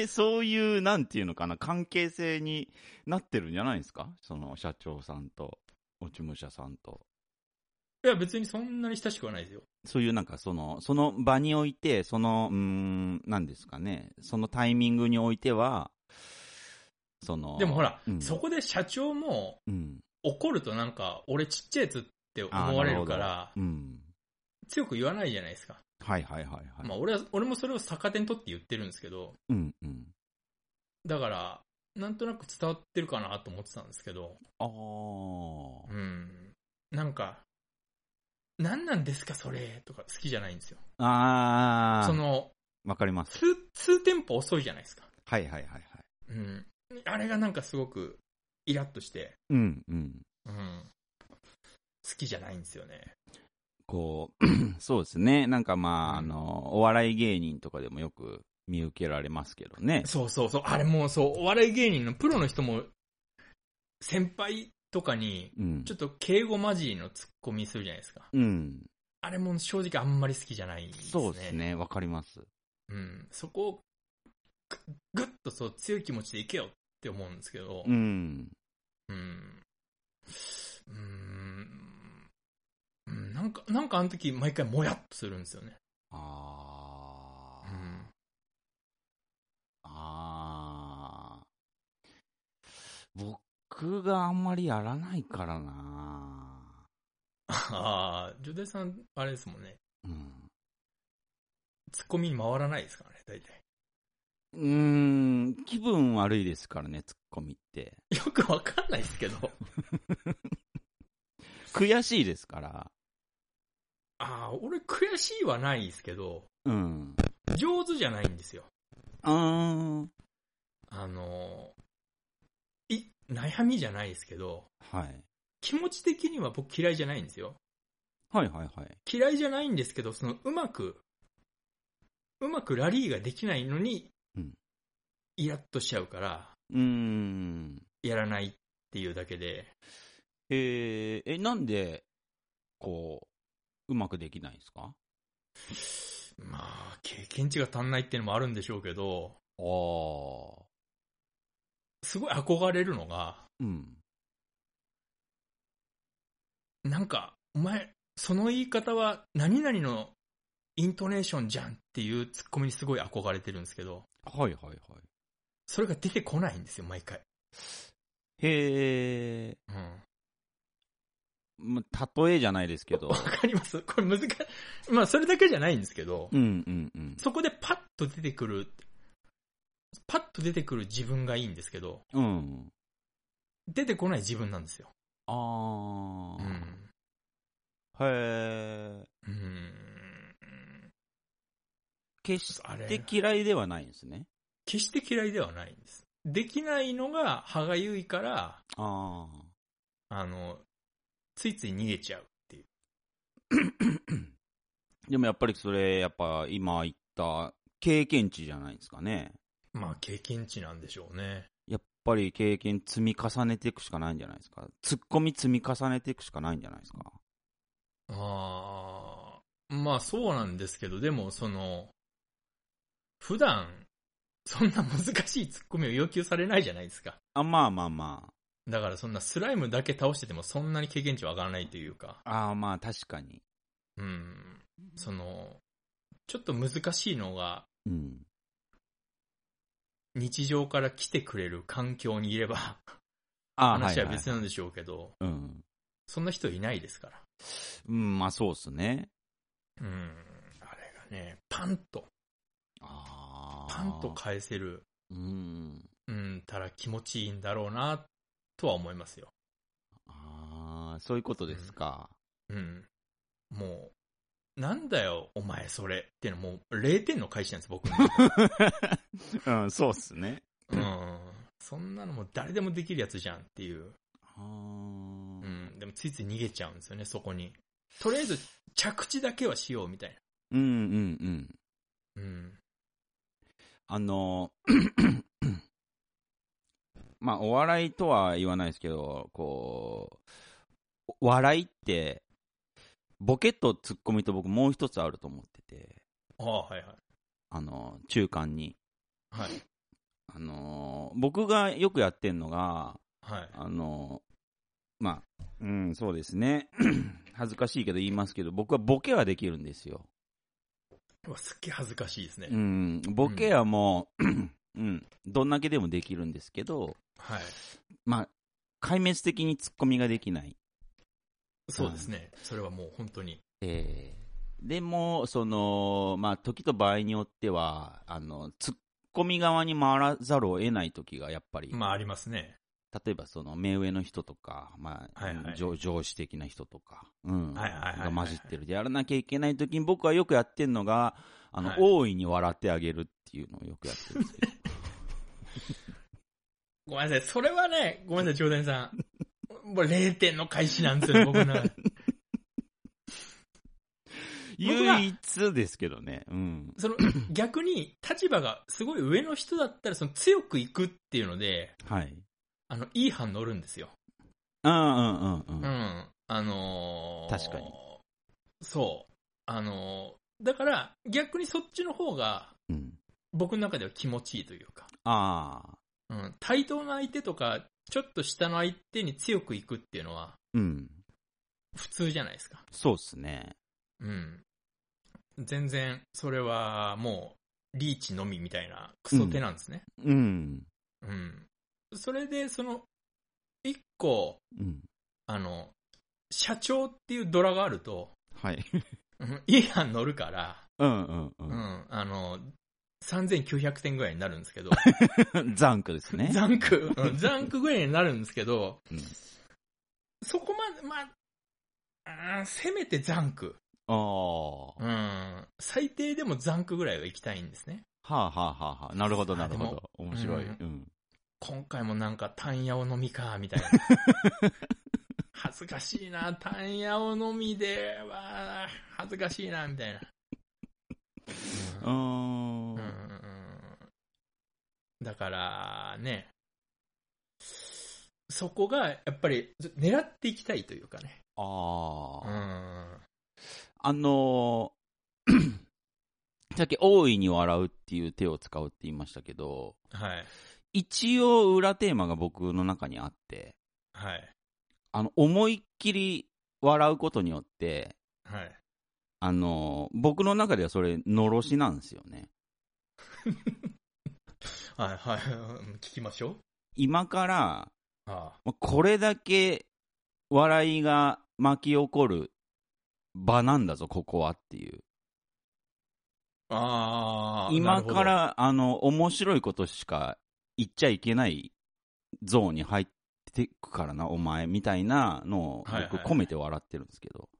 [SPEAKER 2] え、そういう、なんていうのかな、関係性になってるんじゃないですかその社長さんと、落ち武者さんと。
[SPEAKER 1] いや、別にそんなに親しくはないですよ。
[SPEAKER 2] そういうなんかその、その場において、その、うーん、なんですかね、そのタイミングにおいては、その、
[SPEAKER 1] でもほら、
[SPEAKER 2] うん
[SPEAKER 1] そこで社長も
[SPEAKER 2] うん、
[SPEAKER 1] 怒るとなんか、俺ちっちゃいやつって思われるから、
[SPEAKER 2] うん。
[SPEAKER 1] 強く言わないじゃないですか。
[SPEAKER 2] はいはいはいはい。
[SPEAKER 1] まあ、俺は、俺もそれを逆手に取って言ってるんですけど、
[SPEAKER 2] うんうん。
[SPEAKER 1] だから、なんとなく伝わってるかなと思ってたんですけど、
[SPEAKER 2] ああ、
[SPEAKER 1] うん。なんか、何なんですかそれとか好きじゃないんですよ。
[SPEAKER 2] ああ、
[SPEAKER 1] その、
[SPEAKER 2] わかります。
[SPEAKER 1] 数、数店舗遅いじゃないですか。
[SPEAKER 2] はいはいはいはい。
[SPEAKER 1] うん。あれがなんかすごく、イラッとして、
[SPEAKER 2] うんうん。
[SPEAKER 1] うん。好きじゃないんですよね。
[SPEAKER 2] こう、 <clears throat> そうですね。なんかまあ、あの、お笑い芸人とかでもよく見受けられますけどね。
[SPEAKER 1] そうそうそう。あれもうそう、お笑い芸人のプロの人も、先輩とかに、
[SPEAKER 2] うん
[SPEAKER 1] ち。ょっと敬語交じりのツッコミするじゃないですか。
[SPEAKER 2] うん。
[SPEAKER 1] あれも正直あんまり好きじゃないですね。
[SPEAKER 2] そうです。ね。わかります。
[SPEAKER 1] うん。そこを、ぐぐっとそう強い気持ちでいけよって思うんですけど、
[SPEAKER 2] うん。
[SPEAKER 1] うん。うーん。うんなんか、なんかあの時毎回もやっとするんですよね。
[SPEAKER 2] あ
[SPEAKER 1] う
[SPEAKER 2] ー。
[SPEAKER 1] ん。
[SPEAKER 2] あー。僕があんまりやらないからな
[SPEAKER 1] ああ、ジョデさん、あれですもんね。
[SPEAKER 2] うん。
[SPEAKER 1] ツッコミに回らないですからね、大体。
[SPEAKER 2] うーん、気分悪いですからね、ツッコミって。
[SPEAKER 1] よくわかんないですけ <laughs> ど。
[SPEAKER 2] 悔しいですから。
[SPEAKER 1] ああ、俺悔しいはないですけど、
[SPEAKER 2] うん。
[SPEAKER 1] 上手じゃないんですよ。
[SPEAKER 2] うーん。
[SPEAKER 1] あのー、い、悩みじゃないですけど、
[SPEAKER 2] はい。
[SPEAKER 1] 気持ち的には僕嫌いじゃないんですよ。
[SPEAKER 2] はいはいはい。
[SPEAKER 1] 嫌いじゃないんですけど、そのうまく、うまくラリーができないのに
[SPEAKER 2] うん、
[SPEAKER 1] イラッとしちゃうから、
[SPEAKER 2] うーん。
[SPEAKER 1] やらないっていうだけで、
[SPEAKER 2] えー、え、なんで、こう、うまくできないんですか
[SPEAKER 1] まあ、経験値が足んないっていうのもあるんでしょうけど、
[SPEAKER 2] あー。
[SPEAKER 1] すごい憧れるのが、
[SPEAKER 2] うん。
[SPEAKER 1] なんか、お前、その言い方は何々のイントネーションじゃんっていうツッコミにすごい憧れてるんですけど、
[SPEAKER 2] はいはいはい。
[SPEAKER 1] それが出てこないんですよ、毎回。
[SPEAKER 2] へえ、
[SPEAKER 1] うん。
[SPEAKER 2] ま、例えじゃないですけど
[SPEAKER 1] わ。かりますこれ難しい。まあ、それだけじゃないんですけど、
[SPEAKER 2] うんうんうん。
[SPEAKER 1] そこでパッと出てくる、パッと出てくる自分がいいんですけど、
[SPEAKER 2] うん。
[SPEAKER 1] 出てこない自分なんですよ。
[SPEAKER 2] あー。
[SPEAKER 1] うん。
[SPEAKER 2] へえ。
[SPEAKER 1] うん。
[SPEAKER 2] 決し
[SPEAKER 1] あれ
[SPEAKER 2] て、嫌いではないんですね。
[SPEAKER 1] 決して嫌いではないんです。できないのが歯がゆいから、
[SPEAKER 2] あー。
[SPEAKER 1] あの、ついつい逃げちゃうっていう。
[SPEAKER 2] でもやっぱりそれ、やっぱ今言った経験値じゃないですかね。
[SPEAKER 1] まあ経験値なんでしょうね。
[SPEAKER 2] やっぱり経験積み重ねていくしかないんじゃないですか。ツッコミ積み重ねていくしかないんじゃないですか。
[SPEAKER 1] ああ、まあそうなんですけど、でもその、普段、そんな難しいツッコミを要求されないじゃないですか。
[SPEAKER 2] あ、まあまあま
[SPEAKER 1] だからそんなスライムだけ倒しててもそんなに経験値は上がらないというか、
[SPEAKER 2] あ。ああまあ確かに。
[SPEAKER 1] うん、その、ちょっと難しいのが
[SPEAKER 2] うん。
[SPEAKER 1] 日常から来てくれる環境にいれば、
[SPEAKER 2] ああ、
[SPEAKER 1] 話はい
[SPEAKER 2] い
[SPEAKER 1] 別なんでしょうけど、
[SPEAKER 2] うん。
[SPEAKER 1] そんな人いないですから。
[SPEAKER 2] うん、まあそうっすね。
[SPEAKER 1] うん、あれがね、パンと、
[SPEAKER 2] ああ。
[SPEAKER 1] パンと返せる
[SPEAKER 2] うん。
[SPEAKER 1] うん、たら気持ちいいんだろうな、とは思いますよ。
[SPEAKER 2] ああ、そういうことですか。
[SPEAKER 1] うん。もう、なんだよ、お前それ。っていうのもう0点の返しなんです、僕の。
[SPEAKER 2] うん、そうっすね。
[SPEAKER 1] うん。そんなのもう誰でもできるやつじゃんっていう。
[SPEAKER 2] あー
[SPEAKER 1] うん。でもついつい逃げちゃうんですよね、そこに。とりあえず、着地だけはしようみたい
[SPEAKER 2] うんうんうん。
[SPEAKER 1] な。うん。
[SPEAKER 2] あの、 <coughs> まあ、お笑いとは言わないですけど、こう、お笑いって、ボケとツッコミと僕もう一つあると思ってて、
[SPEAKER 1] ああ、はいはい。
[SPEAKER 2] あの、中間に。
[SPEAKER 1] はい。
[SPEAKER 2] あの、僕がよくやってんのが、
[SPEAKER 1] はい。
[SPEAKER 2] あの、まあ、うん、そうですね。 <coughs> 恥ずかしいけど言いますけど、僕はボケはできるんですよ。
[SPEAKER 1] うわすっげえ恥ずかしいですね。
[SPEAKER 2] うん、ボケはもう、 <coughs> うん、どんだけでもできるんですけど、
[SPEAKER 1] はい。
[SPEAKER 2] まあ、壊滅的にツッコミができない。
[SPEAKER 1] そうですね。それはもう本当に。
[SPEAKER 2] えーでも、その、まあ、時と場合によっては、あの、ツッコミ側に回らざるを得ない時がやっぱり、
[SPEAKER 1] まあありますね。
[SPEAKER 2] 例えばその、目上の人とか、まあ、
[SPEAKER 1] はいはい
[SPEAKER 2] 上上司的な人とか、うん、
[SPEAKER 1] はいはいはいはいは
[SPEAKER 2] が
[SPEAKER 1] い
[SPEAKER 2] 混じってる。で、やらなきゃいけない時に僕はよくやってんのが、あの、
[SPEAKER 1] はい
[SPEAKER 2] 大いに笑ってあげるっていうのをよくやってるん
[SPEAKER 1] <laughs>
[SPEAKER 2] ですけど。
[SPEAKER 1] ごめんなさい、それはね、ごめんなさい、長谷さん。もう0点の開始なんですよね、僕の中で。僕が
[SPEAKER 2] 唯一ですけどね。うん。
[SPEAKER 1] <laughs> その逆に立場がすごい上の人だったらその強くいくっていうので、
[SPEAKER 2] はい。
[SPEAKER 1] あの、いい反応乗るんですよ。
[SPEAKER 2] ああ、うんうん
[SPEAKER 1] う
[SPEAKER 2] うん。
[SPEAKER 1] ん。あのー
[SPEAKER 2] 確かに。
[SPEAKER 1] そう。あのーだから逆にそっちの方が
[SPEAKER 2] うん、
[SPEAKER 1] 僕の中では気持ちいいというか、
[SPEAKER 2] ああ、
[SPEAKER 1] うん。対等な相手とか、ちょっと下の相手に強くいくっていうのは
[SPEAKER 2] うん。
[SPEAKER 1] 普通じゃないですか。
[SPEAKER 2] そうっすね。
[SPEAKER 1] うん。全然、それはもう、リーチのみみたいなクソ手なんですね。
[SPEAKER 2] うん。
[SPEAKER 1] うん。それで、その、一個、
[SPEAKER 2] うん。
[SPEAKER 1] あの、社長っていうドラがあると、
[SPEAKER 2] はい。
[SPEAKER 1] うんいい案乗るから、
[SPEAKER 2] <laughs> うんうん
[SPEAKER 1] う
[SPEAKER 2] う。
[SPEAKER 1] んん、あの、3900点ぐらいになるんですけ <laughs> ど、
[SPEAKER 2] ザンクですね。
[SPEAKER 1] ザンク、うんザンクぐらいになるんですけど、
[SPEAKER 2] うん
[SPEAKER 1] そこまで、まあ、あーせめてザンク。
[SPEAKER 2] ああ。は
[SPEAKER 1] うん。最低でもザンクぐらいは行きたいんですね。
[SPEAKER 2] あはあはあはあ。なるほどなるほ
[SPEAKER 1] あで
[SPEAKER 2] ど。面白い。
[SPEAKER 1] う
[SPEAKER 2] うん。
[SPEAKER 1] 今回もなんかタンヤオ飲みか、みたいな。 <laughs> 恥ずかしいな、タンヤオ飲みでは、恥ずかしいな、みた <laughs> いな。
[SPEAKER 2] う
[SPEAKER 1] うん
[SPEAKER 2] ん
[SPEAKER 1] うんうんだから、ね。そこが、やっぱり、狙っていきたいというかね。
[SPEAKER 2] あ
[SPEAKER 1] う
[SPEAKER 2] あ。
[SPEAKER 1] ん。
[SPEAKER 2] あのー <clears throat> さっき大いに笑うっていう手を使うって言いましたけど、
[SPEAKER 1] はい。
[SPEAKER 2] 一応裏テーマが僕の中にあって、
[SPEAKER 1] はい。
[SPEAKER 2] あの、思いっきり笑うことによって、
[SPEAKER 1] はい。
[SPEAKER 2] あのー僕の中ではそれ、のろしなんですよね。
[SPEAKER 1] はい。はい。うん聞きましょう。
[SPEAKER 2] 今から、
[SPEAKER 1] あ
[SPEAKER 2] まこれだけ笑いが巻き起こる場なんだぞ、ここはっていう。
[SPEAKER 1] あ。ああ。な
[SPEAKER 2] 今
[SPEAKER 1] るほど
[SPEAKER 2] か。ら、あの、面白いことしか言っちゃいけないゾーンに入ってくからな、お前、みたいなのを
[SPEAKER 1] はいはい
[SPEAKER 2] 僕込めて笑ってるんですけど。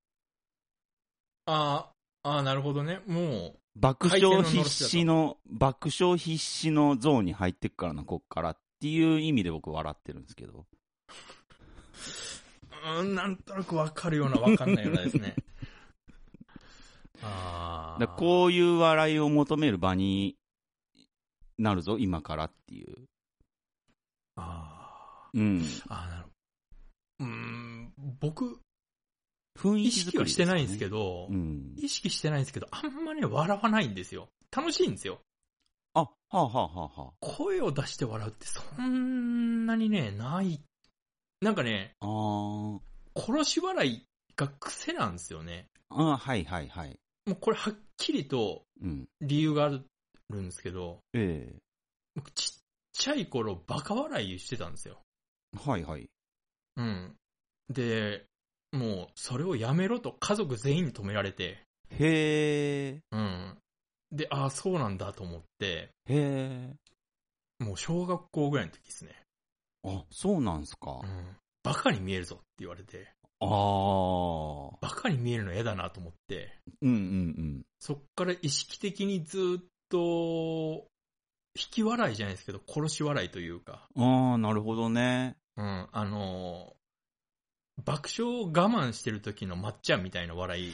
[SPEAKER 1] ああ。ああ、なるほどね。も
[SPEAKER 2] 爆笑必
[SPEAKER 1] 回
[SPEAKER 2] 至の、爆笑必至のゾーンに入ってくからな、こっからっていう意味で僕笑ってるんですけど。
[SPEAKER 1] う、うん、なんとなくわかるような、わかんないようなですね。あ
[SPEAKER 2] だ
[SPEAKER 1] あ。
[SPEAKER 2] からこういう笑いを求める場になるぞ、今からっていう。
[SPEAKER 1] あ
[SPEAKER 2] うん。
[SPEAKER 1] あ。ああ、なるほど。うーん、僕、
[SPEAKER 2] 雰囲
[SPEAKER 1] 意
[SPEAKER 2] 気
[SPEAKER 1] 識は
[SPEAKER 2] 作り
[SPEAKER 1] してないんです
[SPEAKER 2] ど。
[SPEAKER 1] けど、
[SPEAKER 2] うん。
[SPEAKER 1] 意識してないんですけど、あんまね、笑わないんですよ。楽しいんですよ。
[SPEAKER 2] あ、はあはあはあは
[SPEAKER 1] 声を出して笑うってそんなにね、ない。なんかね、
[SPEAKER 2] あ。あー
[SPEAKER 1] 殺し笑いが癖なんですよね。
[SPEAKER 2] あー、はいはいはい。
[SPEAKER 1] もうこれはっきりと
[SPEAKER 2] うん。
[SPEAKER 1] 理由があるんですけど、
[SPEAKER 2] ええ
[SPEAKER 1] 僕ちっちゃい頃バカ笑いしてたんですよ。
[SPEAKER 2] はいはい。
[SPEAKER 1] うん。で、もうそれをやめろと家族全員に止められて、
[SPEAKER 2] へえ、
[SPEAKER 1] うん。で、ああ、そうなんだと思って、
[SPEAKER 2] へえ。
[SPEAKER 1] もう小学校ぐらいの時ですね。
[SPEAKER 2] あ、そうなんすか
[SPEAKER 1] う。ん。バカに見えるぞって言われて、
[SPEAKER 2] ああ。
[SPEAKER 1] バカに見えるの嫌だなと思って、
[SPEAKER 2] うんうん
[SPEAKER 1] そっから意識的にずっと、引き笑いじゃないですけど、殺し笑いというか、
[SPEAKER 2] うん。ああ、なるほどね。
[SPEAKER 1] うん、あのー爆笑を我慢してる時のまっちゃんみたいな笑い、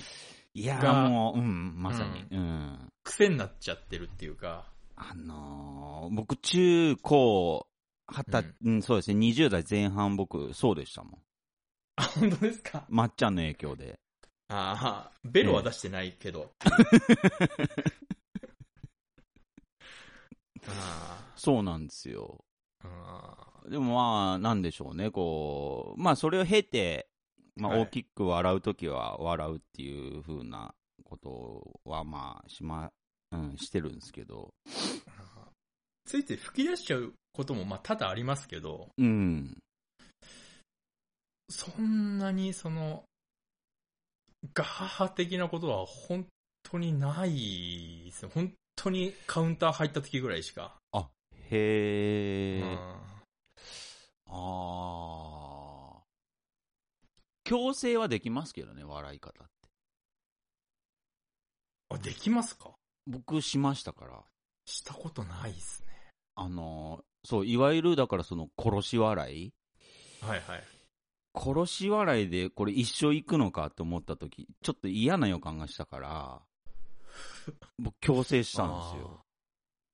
[SPEAKER 2] いや
[SPEAKER 1] が
[SPEAKER 2] ーもう、うん、まさに。うん。
[SPEAKER 1] 癖になっちゃってるっていうか、
[SPEAKER 2] あのー、僕、中高、二十歳、うん、そうですね、20代前半僕、そうでしたもん。
[SPEAKER 1] あ、本当ですか
[SPEAKER 2] まっちゃんの影響で。
[SPEAKER 1] ああ、ベロは出してないけど。 <laughs> あ
[SPEAKER 2] そうなんですよ。
[SPEAKER 1] ああ
[SPEAKER 2] でもまあ、なんでしょうね、こう、まあそれを経て、まあ
[SPEAKER 1] はい
[SPEAKER 2] 大きく笑うときは笑うっていう風なことはまあしま、うん、してるんですけど、
[SPEAKER 1] あついつい吹き出しちゃうこともまあ多々ありますけど、
[SPEAKER 2] うん、
[SPEAKER 1] そんなにその、ガハハ的なことは本当にないですね。本当にカウンター入った時ぐらいしか。
[SPEAKER 2] あ、へえ、
[SPEAKER 1] うん
[SPEAKER 2] ああ、強制はできますけどね、笑い方って。
[SPEAKER 1] あ、できますか
[SPEAKER 2] 僕しましたから、
[SPEAKER 1] したことないですね。
[SPEAKER 2] あの、そう、いわゆるだからその殺し笑い
[SPEAKER 1] はいはい。
[SPEAKER 2] 殺し笑いでこれ一生行くのかと思った時、ちょっと嫌な予感がし
[SPEAKER 1] <laughs>
[SPEAKER 2] たから、僕強制したんですよ。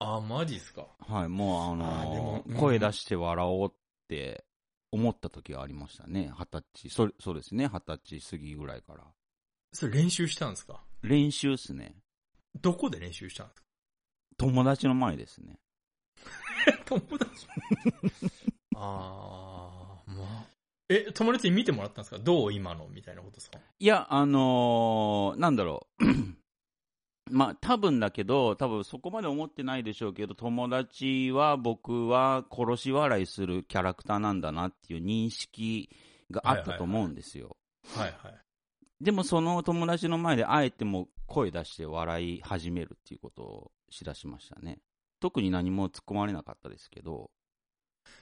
[SPEAKER 1] あーあー、マジっすか。
[SPEAKER 2] はい、もうあ
[SPEAKER 1] あーでも
[SPEAKER 2] のー
[SPEAKER 1] うん
[SPEAKER 2] 声出して笑おうって思った時がありましたね。二十歳、それそうですね、二十歳過ぎぐらいから。
[SPEAKER 1] それ練習したんですか
[SPEAKER 2] 練習っすね。
[SPEAKER 1] どこで練習したんです
[SPEAKER 2] 友達の前ですね。
[SPEAKER 1] か <laughs> 友達。ああ、まあ。え、友達に見てもらったんですかどう今のみたいなことですか
[SPEAKER 2] いや、あのーなんだろう。 <clears throat> まあ、多分だけど、多分そこまで思ってないでしょうけど、友達は僕は殺し笑いするキャラクターなんだなっていう認識があったと思うんですよ。
[SPEAKER 1] はいはい。
[SPEAKER 2] でもその友達の前であえてもう声出して笑い始めるっていうことをしだしましたね。特に何も突っ込まれなかったですけど、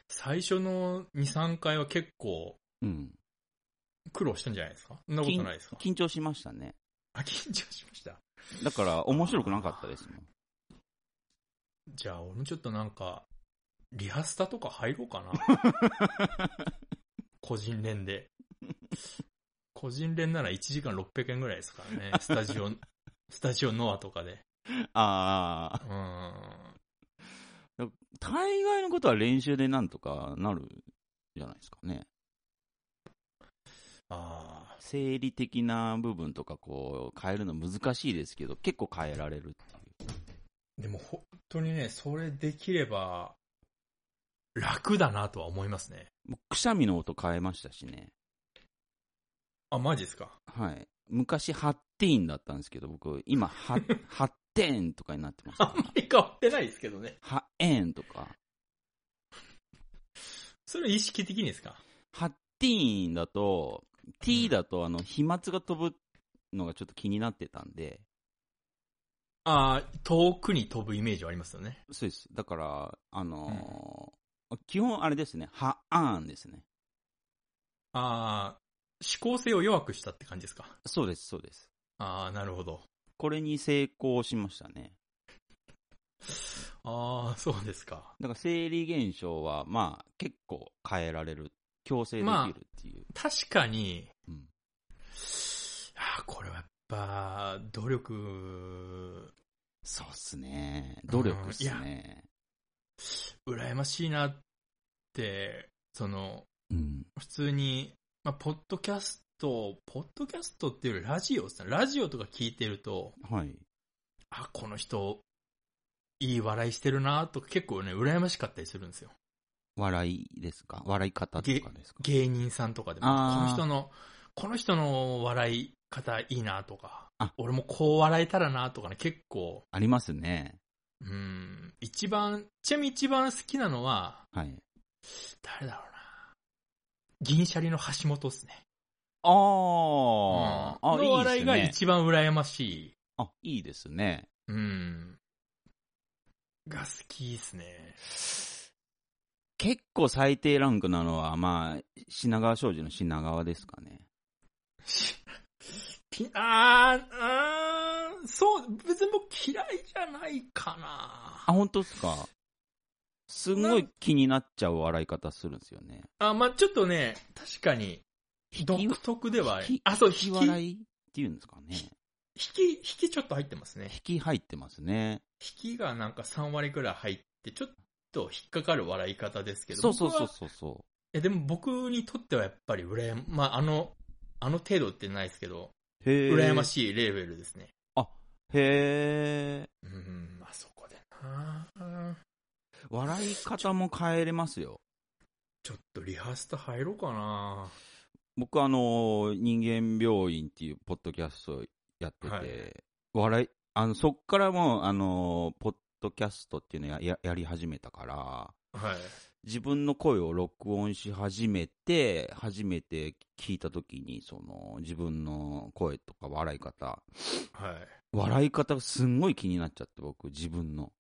[SPEAKER 1] 最初の2、3回は結構
[SPEAKER 2] うん。
[SPEAKER 1] 苦労したんじゃないですかそんなことないですか
[SPEAKER 2] 緊張しましたね。
[SPEAKER 1] あ、緊張しました。
[SPEAKER 2] だから面白くなかったです
[SPEAKER 1] <laughs>
[SPEAKER 2] もん。
[SPEAKER 1] じゃあ、俺もちょっとなんか、リハスタとか入ろうかな。 <laughs> 個人練で。個人練なら1時間600円ぐらいですからね。スタ <laughs> ジオ、スタジオノアとかで。
[SPEAKER 2] ああ。
[SPEAKER 1] うーん。
[SPEAKER 2] 大概のことは練習でなんとかなるじゃないですかね。
[SPEAKER 1] あ
[SPEAKER 2] 生理的な部分とかこう変えるの難しいですけど、結構変えられるっていう。
[SPEAKER 1] ーでも本当にね、それできれば、楽だなとは思いますね。
[SPEAKER 2] もうくしゃみの音変えましたしね。
[SPEAKER 1] あ、マジですか
[SPEAKER 2] はい。昔、ハッティーンだったんですけど、僕、今、ハッ、ハッテーンとかになってます
[SPEAKER 1] あん
[SPEAKER 2] か
[SPEAKER 1] ま <laughs>
[SPEAKER 2] ら。
[SPEAKER 1] り変わってないですけどね。
[SPEAKER 2] ハエーンとか。
[SPEAKER 1] それ意識的にですか
[SPEAKER 2] ハッティーンだと、T だと、あの、飛沫が飛ぶのがちょっと気になってたんで、
[SPEAKER 1] ああ、遠くに飛ぶイメージはありますよね。
[SPEAKER 2] そうです。だから、あのー基本あれですね、ハアーンですね。
[SPEAKER 1] ああ、思考性を弱くしたって感じですか。
[SPEAKER 2] そうです、そうです。
[SPEAKER 1] ああ、なるほど。
[SPEAKER 2] これに成功しましたね。
[SPEAKER 1] ああ、そうですか。
[SPEAKER 2] だから生理現象は、まあ、結構変えられる。強制できるっていう。
[SPEAKER 1] 確かに、
[SPEAKER 2] うん
[SPEAKER 1] ああ、これはやっぱ、努力、
[SPEAKER 2] そうっすね。努力っす
[SPEAKER 1] うん
[SPEAKER 2] ね。
[SPEAKER 1] 羨ましいなって、その、
[SPEAKER 2] うん。
[SPEAKER 1] 普通に、まあ、ポッドキャスト、ポッドキャストっていうよりラジオっすねラジオとか聞いてると、
[SPEAKER 2] はい。
[SPEAKER 1] あ、この人、いい笑いしてるなとか結構ね、羨ましかったりするんですよ。
[SPEAKER 2] 笑いですか笑い方とかですか
[SPEAKER 1] 芸人さんとかでも、
[SPEAKER 2] あー
[SPEAKER 1] この人の、この人の笑い方いいなとか
[SPEAKER 2] あ、
[SPEAKER 1] 俺もこう笑えたらなとかね、結構、
[SPEAKER 2] ありますね。
[SPEAKER 1] うん、一番、ちなみに一番好きなのは、
[SPEAKER 2] はい。
[SPEAKER 1] 誰だろうな。銀シャリの橋本っすね。
[SPEAKER 2] あー、
[SPEAKER 1] うん
[SPEAKER 2] あ、
[SPEAKER 1] の笑
[SPEAKER 2] い
[SPEAKER 1] い
[SPEAKER 2] い
[SPEAKER 1] が
[SPEAKER 2] ですね。
[SPEAKER 1] 一番羨ましい。
[SPEAKER 2] あ、いいですね。
[SPEAKER 1] うん。が好きっすね。
[SPEAKER 2] 結構最低ランクなのは、まあ、品川庄司の品川ですかね。
[SPEAKER 1] ピあー、あー、そう、別に僕嫌いじゃないかな。
[SPEAKER 2] あ、本当ですかすんごい気になっちゃう笑い方するんですよね。
[SPEAKER 1] あ、まあちょっとね、確かに、独特では、あ、そう、
[SPEAKER 2] 引き
[SPEAKER 1] 引き、引
[SPEAKER 2] 笑いっていうんですかね。
[SPEAKER 1] き、引きちょっと入ってますね。
[SPEAKER 2] 引き入ってますね。
[SPEAKER 1] 引きがなんか3割くらい入って、ちょっと引っかかる笑い方ですけど。
[SPEAKER 2] そうそう
[SPEAKER 1] 僕
[SPEAKER 2] そう
[SPEAKER 1] は
[SPEAKER 2] そうそ
[SPEAKER 1] え、でも僕にとってはやっぱり羨ま、まああの、あの程度ってないですけど、
[SPEAKER 2] う。へー
[SPEAKER 1] 羨ましいレベルですね。
[SPEAKER 2] へえ。
[SPEAKER 1] うん、あそこでな
[SPEAKER 2] 笑い方も変えれますよ。
[SPEAKER 1] ちょっとリハースタ入ろうかな
[SPEAKER 2] 僕あのー人間病院っていうポッドキャストやってて、
[SPEAKER 1] はい
[SPEAKER 2] 笑い、あの、そっからもう、あのーポッドキャストっていうのやややり始めたから、
[SPEAKER 1] はい。
[SPEAKER 2] 自分の声を録音し始めて、初めて聞いた時に、その、自分の声とか笑い方、
[SPEAKER 1] はい。
[SPEAKER 2] 笑い方がすんごい気になっちゃって、僕、自分の。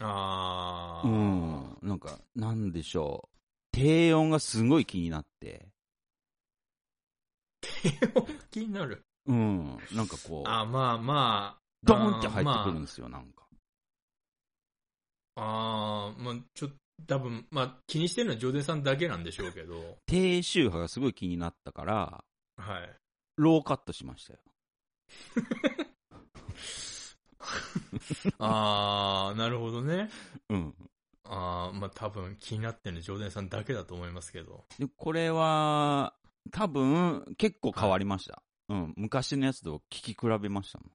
[SPEAKER 1] あ
[SPEAKER 2] う
[SPEAKER 1] ー。
[SPEAKER 2] ん。なんか、なんでしょう。低音がすごい気になって、
[SPEAKER 1] 気になる。
[SPEAKER 2] うん。なんかこう、
[SPEAKER 1] あ、まあまあ、
[SPEAKER 2] ドーンって入ってくるんですよ、なんか。
[SPEAKER 1] あー、まあちょっ多分、まあ、気にしてるのはジョデさんだけなんでしょうけど、
[SPEAKER 2] 低周波がすごい気になったから、
[SPEAKER 1] はい。
[SPEAKER 2] ローカットしましたよ。
[SPEAKER 1] あー、なるほどね。
[SPEAKER 2] うん。
[SPEAKER 1] あー、まあ、多分気になってるのはジョデさんだけだと思いますけど。
[SPEAKER 2] で、これは、多分、結構変わりました。うん。昔のやつと聞き比べましたもん。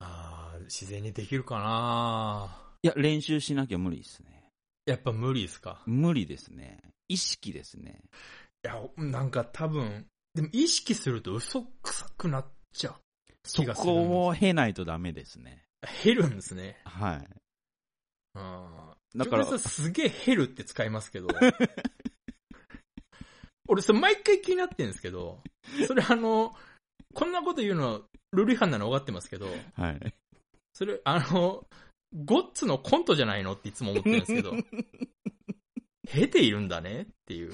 [SPEAKER 1] あー、自然にできるかない
[SPEAKER 2] や、練習しなきゃ無理ですね。
[SPEAKER 1] やっぱ無理ですか
[SPEAKER 2] 無理ですね。意識ですね。
[SPEAKER 1] いや、なんか多分、でも意識すると嘘くさくなっちゃう。
[SPEAKER 2] そ
[SPEAKER 1] 気がするんです
[SPEAKER 2] こを経ないとダメですね。
[SPEAKER 1] 減るんですね。
[SPEAKER 2] は
[SPEAKER 1] うん。
[SPEAKER 2] い。だから
[SPEAKER 1] ジョ、デさんすげえ減るって使いますけど。 <laughs> 俺、それ毎回気になってんですけど、それあの、こんなこと言うの、ルール違反なの分かってますけど、
[SPEAKER 2] はい。
[SPEAKER 1] それ、あの、ゴッツのコントじゃないのっていつも思ってるんですけど、経ているんだねっていう。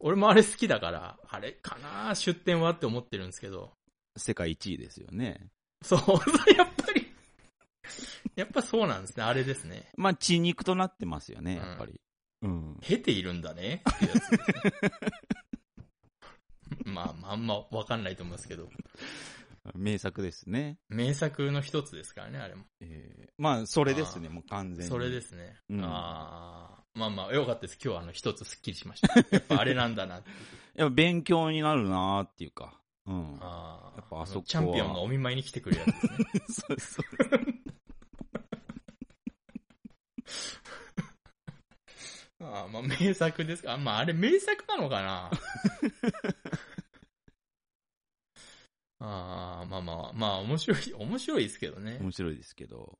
[SPEAKER 1] 俺もあれ好きだから、あれかな出店はって思ってるんですけど。
[SPEAKER 2] 世界一位ですよね。
[SPEAKER 1] そう、 <laughs> やっぱり、やっぱそうなんですね。あれですね。
[SPEAKER 2] まあ、血肉となってますよね、
[SPEAKER 1] うん
[SPEAKER 2] やっぱり。うん。
[SPEAKER 1] 経ているんだねっていうや
[SPEAKER 2] <laughs>
[SPEAKER 1] つですね。まあまあ、あんまわかんないと思うんですけど。
[SPEAKER 2] 名作ですね。
[SPEAKER 1] 名作の一つですからね、あれも。
[SPEAKER 2] えーまあ、それですね、
[SPEAKER 1] あ
[SPEAKER 2] もう完全に。
[SPEAKER 1] それですね。
[SPEAKER 2] うん
[SPEAKER 1] ああ、まあまあ、よかったです。今日はあの、一つスッキリしま
[SPEAKER 2] <laughs>
[SPEAKER 1] した。やっぱあれなんだなって。
[SPEAKER 2] やっぱ勉強になるなーっていうか。うん。
[SPEAKER 1] あ
[SPEAKER 2] やっぱあそこは
[SPEAKER 1] のチャンピオンがお見舞いに来てくるやつですね。
[SPEAKER 2] そ
[SPEAKER 1] <laughs>
[SPEAKER 2] うです。 <laughs>
[SPEAKER 1] あーまあ、名作ですか。あまあ、あれ名作なのかなあーまあまあ、まあ面白い、面白いですけどね。
[SPEAKER 2] 面白いですけど。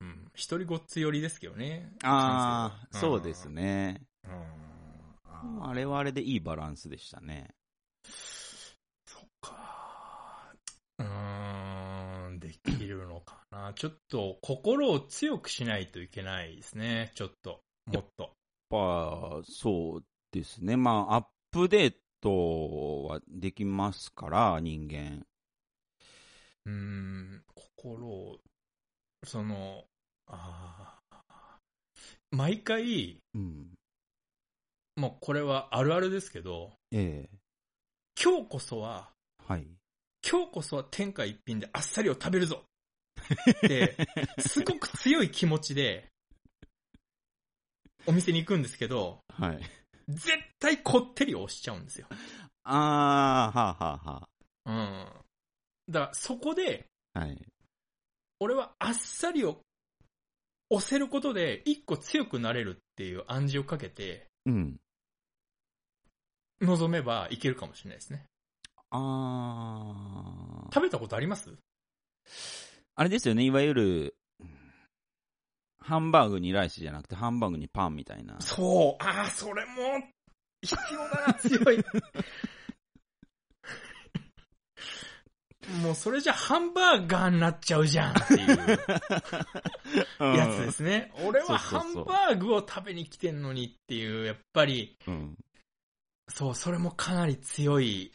[SPEAKER 1] うん。一人ごっつ寄りですけどね。
[SPEAKER 2] ああ、
[SPEAKER 1] 感性は
[SPEAKER 2] そうです。ね。
[SPEAKER 1] うんうん。あー
[SPEAKER 2] あれはあれでいいバランスでしたね。
[SPEAKER 1] そっか。うーん、できるのかな。ちょっと、心を強くしないといけないですね。ちょっと、もっと。
[SPEAKER 2] やっぱ、そうですね。まあ、アップデートはできますから、人間。
[SPEAKER 1] うーん、心を、その、あー毎回、
[SPEAKER 2] うん。
[SPEAKER 1] もうこれはあるあるですけど、
[SPEAKER 2] ええ
[SPEAKER 1] 今日こそは、
[SPEAKER 2] はい。
[SPEAKER 1] 今日こそは天下一品であっさりを食べるぞって、すごく強い気持ちで、お店に行くんですけど、
[SPEAKER 2] はい。
[SPEAKER 1] 絶対こってりを押しちゃうんですよ。
[SPEAKER 2] ああ、はあ、はあ、は
[SPEAKER 1] うん。だからそこで、
[SPEAKER 2] あ。はい。
[SPEAKER 1] 俺はあっさりを押せることで、一個強くなれるっていう暗示をかけて、
[SPEAKER 2] うん。
[SPEAKER 1] 望めばいけるかもしれないですね。
[SPEAKER 2] ああ。
[SPEAKER 1] 食べたことあります
[SPEAKER 2] あれですよね、いわゆる、ハンバーグにライスじゃなくて、ハンバーグにパンみたいな。
[SPEAKER 1] そう。ああ、それも、必要だな、 <laughs> 強い。もうそれじゃハンバーガーになっちゃうじゃんっていうやつですね。俺は
[SPEAKER 2] そ
[SPEAKER 1] ハ
[SPEAKER 2] うそう
[SPEAKER 1] ン
[SPEAKER 2] そう
[SPEAKER 1] バーグを食べに来てんのにっていう、やっぱり、
[SPEAKER 2] うん。
[SPEAKER 1] そう、それもかなり強い、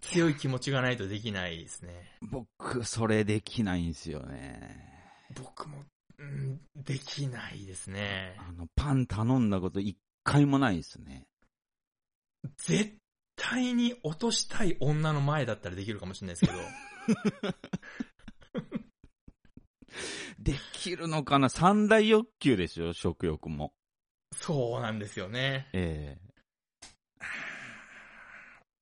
[SPEAKER 1] 強い気持ちがないとできないですね。
[SPEAKER 2] 僕、それできないんですよね。
[SPEAKER 1] 僕も、うん、できないですね。
[SPEAKER 2] あの、パン頼んだこと一回もないですね。
[SPEAKER 1] 絶対に落としたい女の前だったらできるかもしれないですけど。
[SPEAKER 2] できるのかな三大欲求でしょ食欲も。
[SPEAKER 1] そうなんですよね。
[SPEAKER 2] ええ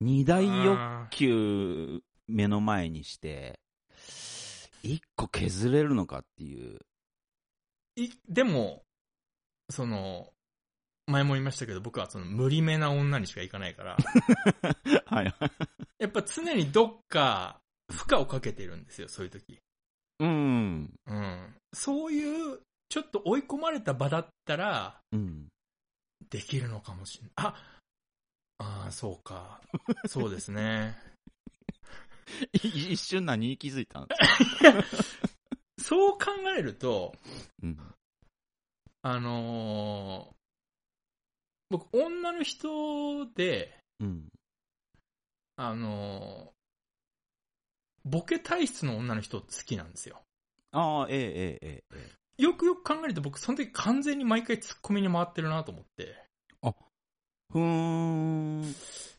[SPEAKER 2] 二大欲
[SPEAKER 1] あー
[SPEAKER 2] 求目の前にして、一個削れるのかっていう。
[SPEAKER 1] いでも、その、前も言いましたけど、僕はその無理めな女にしか行かないから、
[SPEAKER 2] <laughs> はい。
[SPEAKER 1] やっぱ常にどっか負荷をかけてるんですよ、そういう時。
[SPEAKER 2] うん。
[SPEAKER 1] うん。そういう、ちょっと追い込まれた場だったら、
[SPEAKER 2] うん。
[SPEAKER 1] できるのかもしれない。あああ、そうか。そうですね。
[SPEAKER 2] い一瞬何に気づいたんですか
[SPEAKER 1] <laughs> そう考えると、
[SPEAKER 2] うん。
[SPEAKER 1] あのー僕、女の人で、
[SPEAKER 2] うん。
[SPEAKER 1] あのーボケ体質の女の人好きなんですよ。
[SPEAKER 2] ああ、ええええええええ
[SPEAKER 1] よくよく考えると僕、その時完全に毎回ツッコミに回ってるなと思って。
[SPEAKER 2] ふーん。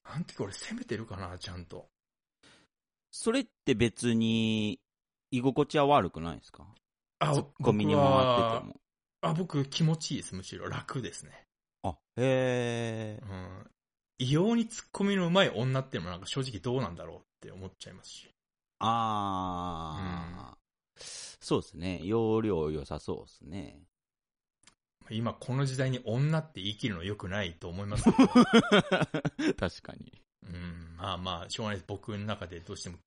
[SPEAKER 1] あの時俺攻めてるかな、ちゃんと。
[SPEAKER 2] それって別に、居心地は悪くないですか
[SPEAKER 1] あ
[SPEAKER 2] ツッコミに回ってても。
[SPEAKER 1] あ、僕気持ちいいです、むしろ。楽ですね。
[SPEAKER 2] あ、へえ
[SPEAKER 1] う。ん。異様にツッコミの上手い女っていうのもなんか正直どうなんだろうって思っちゃいますし。
[SPEAKER 2] あー。そうですね。容量良さそうですね。
[SPEAKER 1] 今この時代に女って言い切るの良くないと思います <laughs> けど。
[SPEAKER 2] 確かに。
[SPEAKER 1] うん。まあまあ、しょうがないです。僕の中でどうしても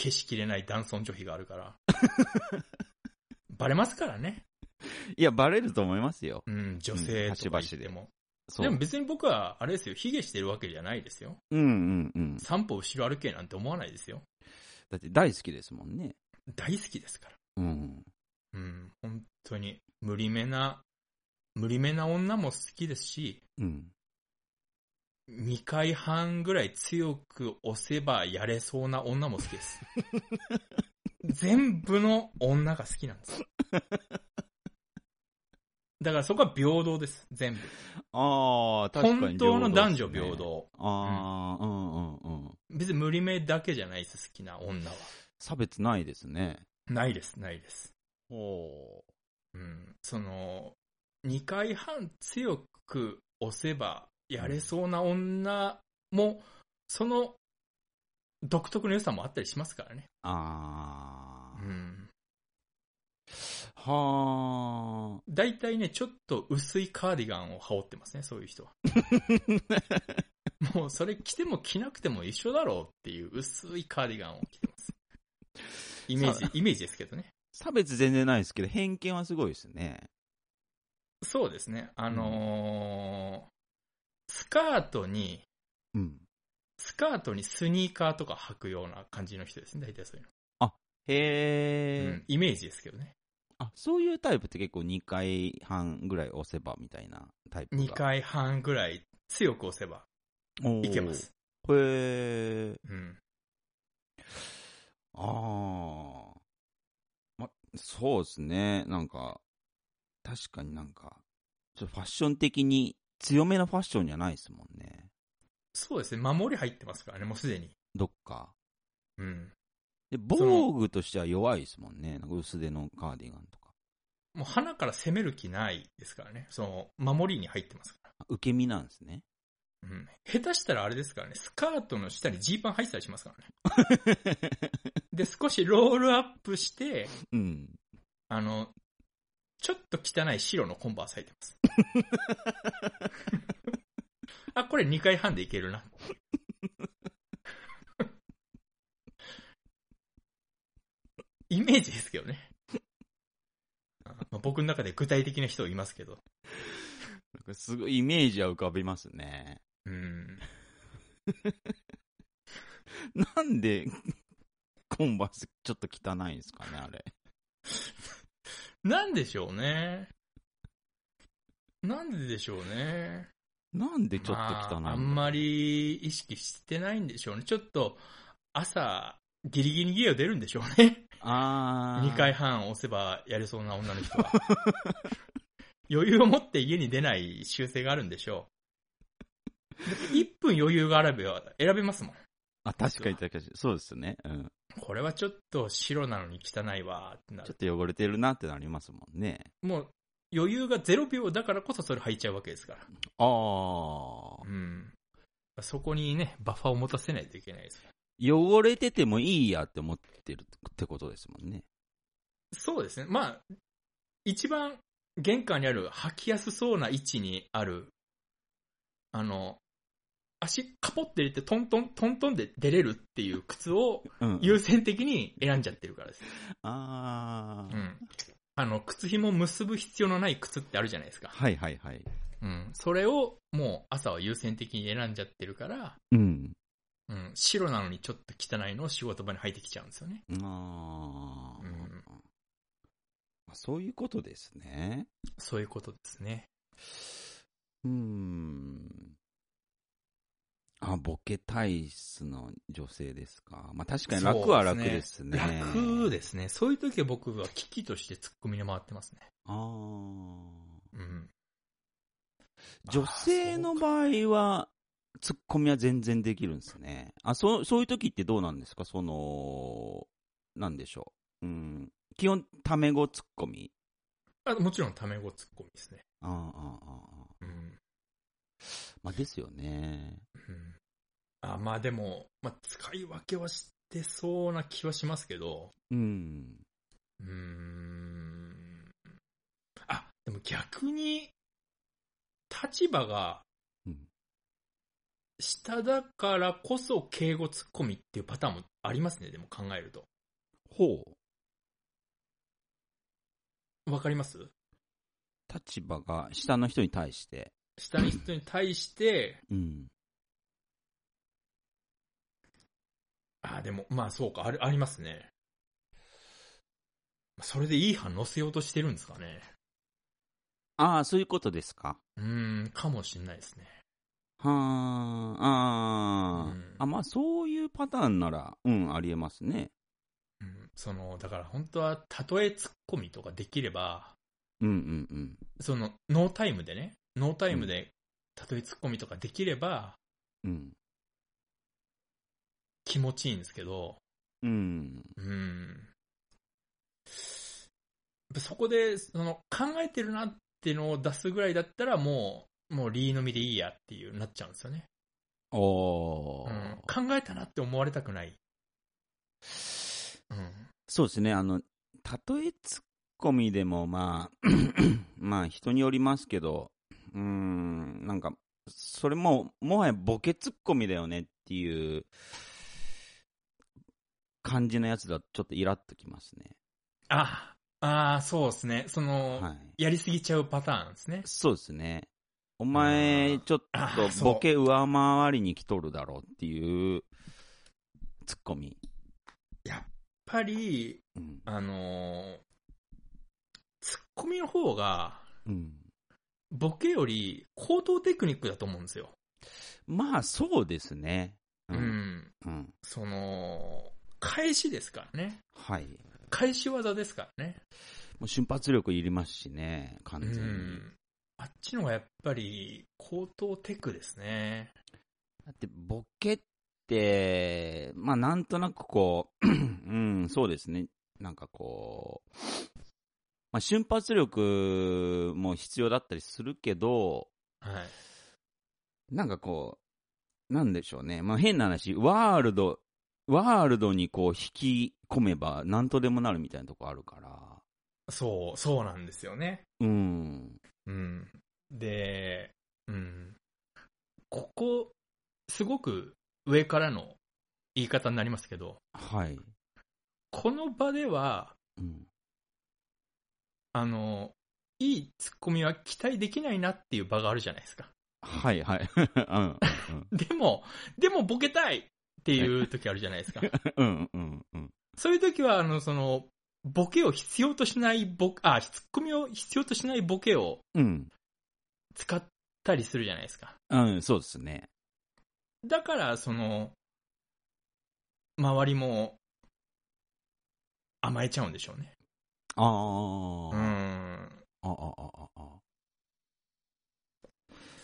[SPEAKER 1] 消しきれない男尊女卑がある <laughs> から。バレますからね。
[SPEAKER 2] いや、バレると思いますよ。
[SPEAKER 1] うん、女性とか言っても。
[SPEAKER 2] そう
[SPEAKER 1] でも別に僕は、あれですよ、卑下してるわけじゃないですよ。
[SPEAKER 2] うんうんうん。
[SPEAKER 1] 三歩後ろ歩けなんて思わないですよ。
[SPEAKER 2] だって大好きですもんね。
[SPEAKER 1] 大好きですから。
[SPEAKER 2] うん。
[SPEAKER 1] うん、本当に、無理めな、無理めな女も好きですし、
[SPEAKER 2] うん。
[SPEAKER 1] 2回半ぐらい強く押せばやれそうな女も好きです。 <laughs> 全部の女が好きなんです。だからそこは平等です、全部。
[SPEAKER 2] ああ、確か
[SPEAKER 1] 本
[SPEAKER 2] に
[SPEAKER 1] 当の男女平。
[SPEAKER 2] 平等っすね
[SPEAKER 1] 等。
[SPEAKER 2] ああ、うんうんうん。
[SPEAKER 1] 別に無理めだけじゃないです、好きな女は。
[SPEAKER 2] 差別ないですね。
[SPEAKER 1] ないです、ないです。
[SPEAKER 2] ほ
[SPEAKER 1] うん、その、2回半強く押せばやれそうな女も、その独特の良さもあったりしますからね。
[SPEAKER 2] あ
[SPEAKER 1] う
[SPEAKER 2] あ。
[SPEAKER 1] ん。
[SPEAKER 2] はあ。
[SPEAKER 1] 大体ね、ちょっと薄いカーディガンを羽織ってますね、そういう人は。もうそれ着ても着なくても一緒だろうっていう薄いカーディガンを着てます。イメージ、イメージですけどね。
[SPEAKER 2] 差別全然ないですけど、偏見はすごいですね。
[SPEAKER 1] そうですね。あのースカートに、
[SPEAKER 2] うん。
[SPEAKER 1] スカートにスニーカーとか履くような感じの人ですね、大体そういう
[SPEAKER 2] へえ、
[SPEAKER 1] の。うん、イメージですけどね。
[SPEAKER 2] あ、そういうタイプって結構2回半ぐらい押せばみたいなタイプが。
[SPEAKER 1] 2回半ぐらい強く押せば
[SPEAKER 2] おー
[SPEAKER 1] いけま。す。
[SPEAKER 2] へえ。
[SPEAKER 1] うん。
[SPEAKER 2] ああ。ま、そうですね。なんか、確かになんか、ちょっとファッション的に強めのファッションじゃないですもんね。
[SPEAKER 1] そうですね、守り入ってますからね、もうすでに。
[SPEAKER 2] どっか。
[SPEAKER 1] うん。
[SPEAKER 2] で、防具としては弱いですもんね。なんか薄手のカーディガンとか。
[SPEAKER 1] もう花から攻める気ないですからね。その、守りに入ってますか
[SPEAKER 2] あ受け身なんですね。
[SPEAKER 1] ら。うん。下手したらあれですからね、スカートの下にジーパン入ってたりしますからね。で、少しロールアップして、
[SPEAKER 2] うん。
[SPEAKER 1] あの、ちょっと汚い白のコンバース入ってます。あ、これ2回半でいけるな。イメージですけどね。あまあ、僕の中で具体的な人いますけど。
[SPEAKER 2] なんかすごいイメージは浮かびますね。
[SPEAKER 1] うん。
[SPEAKER 2] なんで、コンバースちょっと汚いんですかね、あれ。
[SPEAKER 1] なんでしょうね。なんででしょうね。
[SPEAKER 2] なんでちょっと汚いんだろう
[SPEAKER 1] まあ、あんま。り意識してないんでしょうね。ちょっと、朝、ギリギリ家を出るんでしょうね。
[SPEAKER 2] ああ。
[SPEAKER 1] 2回半押せばやれそうな女の人は。 <laughs> 余裕を持って家に出ない習性があるんでしょう。1分余裕があれば選べますもん。
[SPEAKER 2] あ、確かに確かに。そうですよね。うん。
[SPEAKER 1] これはちょっと白なのに汚いわーってな
[SPEAKER 2] ち
[SPEAKER 1] る
[SPEAKER 2] ょっ。と汚れてるなってなりますもんね。
[SPEAKER 1] もう余裕が0秒だからこそそれ入っちゃうわけですから。
[SPEAKER 2] ああ
[SPEAKER 1] う。ん。そこにね、バッファーを持たせないといけないですから。
[SPEAKER 2] 汚れててもいいやって思ってるってことですもんね。
[SPEAKER 1] そうですね。まあ、一番玄関にある履きやすそうな位置にある、あの、足カポって入れてトントントントンで出れるっていう靴を
[SPEAKER 2] うん。
[SPEAKER 1] 優先的に選んじゃってるからです。
[SPEAKER 2] ああ、
[SPEAKER 1] うん。あの、靴紐結ぶ必要のない靴ってあるじゃないですか。
[SPEAKER 2] はいはいはい。
[SPEAKER 1] うん。それをもう朝は優先的に選んじゃってるから、
[SPEAKER 2] うん。
[SPEAKER 1] うん。白なのにちょっと汚いのを仕事場に履いてきちゃうんですよね。
[SPEAKER 2] ああ、
[SPEAKER 1] うん
[SPEAKER 2] そういうことですね。
[SPEAKER 1] そういうことですね。
[SPEAKER 2] うーん。あ、ボケ体質の女性ですか。まあ確かに楽は楽ですね。
[SPEAKER 1] 楽
[SPEAKER 2] す。
[SPEAKER 1] ですね。そういう時は僕は危機としてツッコミに回ってますね。
[SPEAKER 2] あ
[SPEAKER 1] うん。
[SPEAKER 2] ー女性の場合は、ツッコミは全然できるんですね。あ、そう、そういう時ってどうなんですかその、なんでしょう。うん。基本、タメ語ツッコミ。
[SPEAKER 1] あもちろんタメ語ツッコミですね。
[SPEAKER 2] あーあー、あーあー。
[SPEAKER 1] うん。
[SPEAKER 2] まあですよね。
[SPEAKER 1] うん、あまあでも、まあ、使い分けはしてそうな気はしますけど、
[SPEAKER 2] うん。
[SPEAKER 1] うーん。あ、でも逆に、立場が
[SPEAKER 2] うん。
[SPEAKER 1] 下だからこそ敬語ツッコミっていうパターンもありますね、でも考えると。
[SPEAKER 2] ほう。
[SPEAKER 1] わかります
[SPEAKER 2] 立場が下の人に対して。
[SPEAKER 1] 下の人に対して、
[SPEAKER 2] うん。
[SPEAKER 1] あ、でも、まあそうか、あるありますね。それでいい反応せようとしてるんですかね。
[SPEAKER 2] ああ、そういうことですか。
[SPEAKER 1] うーん、かもしんないですね。
[SPEAKER 2] はーあー、
[SPEAKER 1] うん
[SPEAKER 2] あ、まあそういうパターンなら、うん、ありえますね。
[SPEAKER 1] うん、その、だから本当は、たとえツッコミとかできれば、
[SPEAKER 2] うんうんうん。
[SPEAKER 1] その、ノータイムでね、ノータイムで、たとえツッコミとかできれば、
[SPEAKER 2] うん。
[SPEAKER 1] 気持ちいいんですけど、
[SPEAKER 2] うん。
[SPEAKER 1] うん。そこで、その、考えてるなっていうのを出すぐらいだったら、もう、もう、リーのみでいいやっていう、なっちゃうんですよね。
[SPEAKER 2] お
[SPEAKER 1] う
[SPEAKER 2] ー
[SPEAKER 1] ん。考えたなって思われたくない。うん。
[SPEAKER 2] そうですね、あの、たとえツッコミでも、まあ、 <coughs> まあ人によりますけど、うーん、なんか、それも、もはやボケツッコミだよねっていう感じのやつだとちょっとイラっときますね。
[SPEAKER 1] あ、ああ、そうですね。その、
[SPEAKER 2] はい。
[SPEAKER 1] やりすぎちゃうパターンですね。
[SPEAKER 2] そうですね。お前、ちょっ
[SPEAKER 1] あー
[SPEAKER 2] と
[SPEAKER 1] そう
[SPEAKER 2] ボケ上回りに来とるだろうっていう、ツッコミ。
[SPEAKER 1] やっぱり、
[SPEAKER 2] うん。
[SPEAKER 1] あのーツッコミの方が、
[SPEAKER 2] うん、
[SPEAKER 1] ボケより高等テクニックだと思うんですよ。
[SPEAKER 2] まあ、そうですね。
[SPEAKER 1] う。ん。
[SPEAKER 2] うん。
[SPEAKER 1] その、返しですからね。
[SPEAKER 2] はい。
[SPEAKER 1] 返し技ですからね。
[SPEAKER 2] もう瞬発力いりますしね、完
[SPEAKER 1] う
[SPEAKER 2] 全に。
[SPEAKER 1] ん。あっちのがやっぱり高等テクですね。
[SPEAKER 2] だって、ボケって、まあ、なんとなくこう、 <clears throat> うん、そうですね。なんかこう、まあ、瞬発力も必要だったりするけど、
[SPEAKER 1] はい。
[SPEAKER 2] なんかこう、なんでしょうね。まあ、変な話、ワールド、ワールドにこう引き込めば何とでもなるみたいなとこあるから。
[SPEAKER 1] そう、そうなんですよね。
[SPEAKER 2] うん。
[SPEAKER 1] うん。で、うん。ここ、すごく上からの言い方になりますけど、
[SPEAKER 2] はい。
[SPEAKER 1] この場では、
[SPEAKER 2] うん。
[SPEAKER 1] あの、いいツッコミは期待できないなっていう場があるじゃないですか。
[SPEAKER 2] はいはい。 <laughs> うん。
[SPEAKER 1] でも、でもボケたいっていう時あるじゃないですか。
[SPEAKER 2] うん。うん。うん。
[SPEAKER 1] そういう時は、あの、その、ボケを必要としないボケ、あ、ツッコミを必要としないボケを
[SPEAKER 2] うん。
[SPEAKER 1] 使ったりするじゃないですか。
[SPEAKER 2] うん。そうですね。
[SPEAKER 1] だから、その、周りも甘えちゃうんでしょうね。
[SPEAKER 2] ああ。
[SPEAKER 1] う
[SPEAKER 2] あ
[SPEAKER 1] ん。
[SPEAKER 2] あ。ああ。ああ。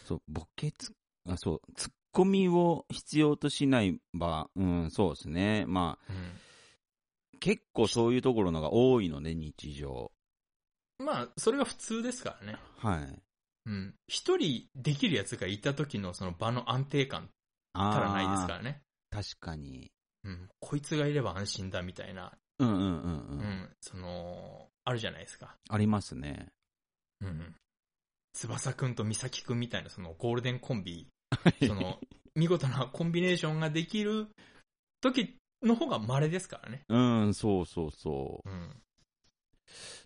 [SPEAKER 2] そう、ボケつ、あ、そう、ツッコミを必要としない場、うん、そうですね。まあ、結構そういうところのが多いので、日常。
[SPEAKER 1] まあ、それが普通ですからね。
[SPEAKER 2] はい。
[SPEAKER 1] うん。一人できるやつがいた時のその場の安定感
[SPEAKER 2] あ
[SPEAKER 1] た
[SPEAKER 2] ー
[SPEAKER 1] らないですからね。
[SPEAKER 2] 確かに。
[SPEAKER 1] うん。こいつがいれば安心だみたいな、
[SPEAKER 2] うんうんうんう。
[SPEAKER 1] うんん。その、あるじゃないですか。
[SPEAKER 2] ありますね。
[SPEAKER 1] うん。翼くんと美咲くんみたいなそのゴールデンコンビ、その、見事なコンビネーションができる時の方が稀ですからね。
[SPEAKER 2] うん、そうそうそう。
[SPEAKER 1] うん。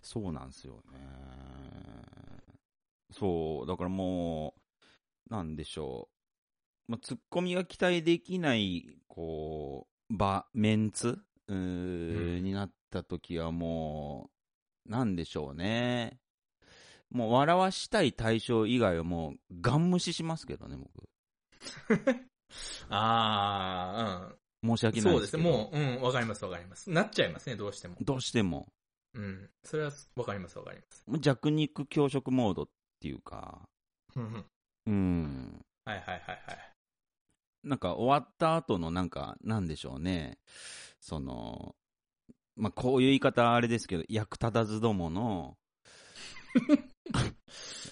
[SPEAKER 2] そうなんですよね。そう、だからもう、なんでしょう。まあ、ツッコミが期待できない、こう、場、メンツうー
[SPEAKER 1] うん
[SPEAKER 2] になった時はもう、なんでしょうね。もう笑わしたい対象以外はもう、ガン無視しますけどね、僕。
[SPEAKER 1] ああ、
[SPEAKER 2] 申し
[SPEAKER 1] うん。
[SPEAKER 2] 訳な
[SPEAKER 1] そ
[SPEAKER 2] い
[SPEAKER 1] う
[SPEAKER 2] で
[SPEAKER 1] です
[SPEAKER 2] け
[SPEAKER 1] す
[SPEAKER 2] ど
[SPEAKER 1] ね。もう、うん、わかりますわかります。なっちゃいますね、どうしても。
[SPEAKER 2] どうしても、
[SPEAKER 1] うん。それはわかりますわかります。
[SPEAKER 2] もう弱肉強食モードっていうか、
[SPEAKER 1] うんうん。
[SPEAKER 2] うん。
[SPEAKER 1] はいはいはいはい。
[SPEAKER 2] なんか終わった後のなんか、なんでしょうね。その、まあ、こういう言い方はあれですけど、役立たずどもの、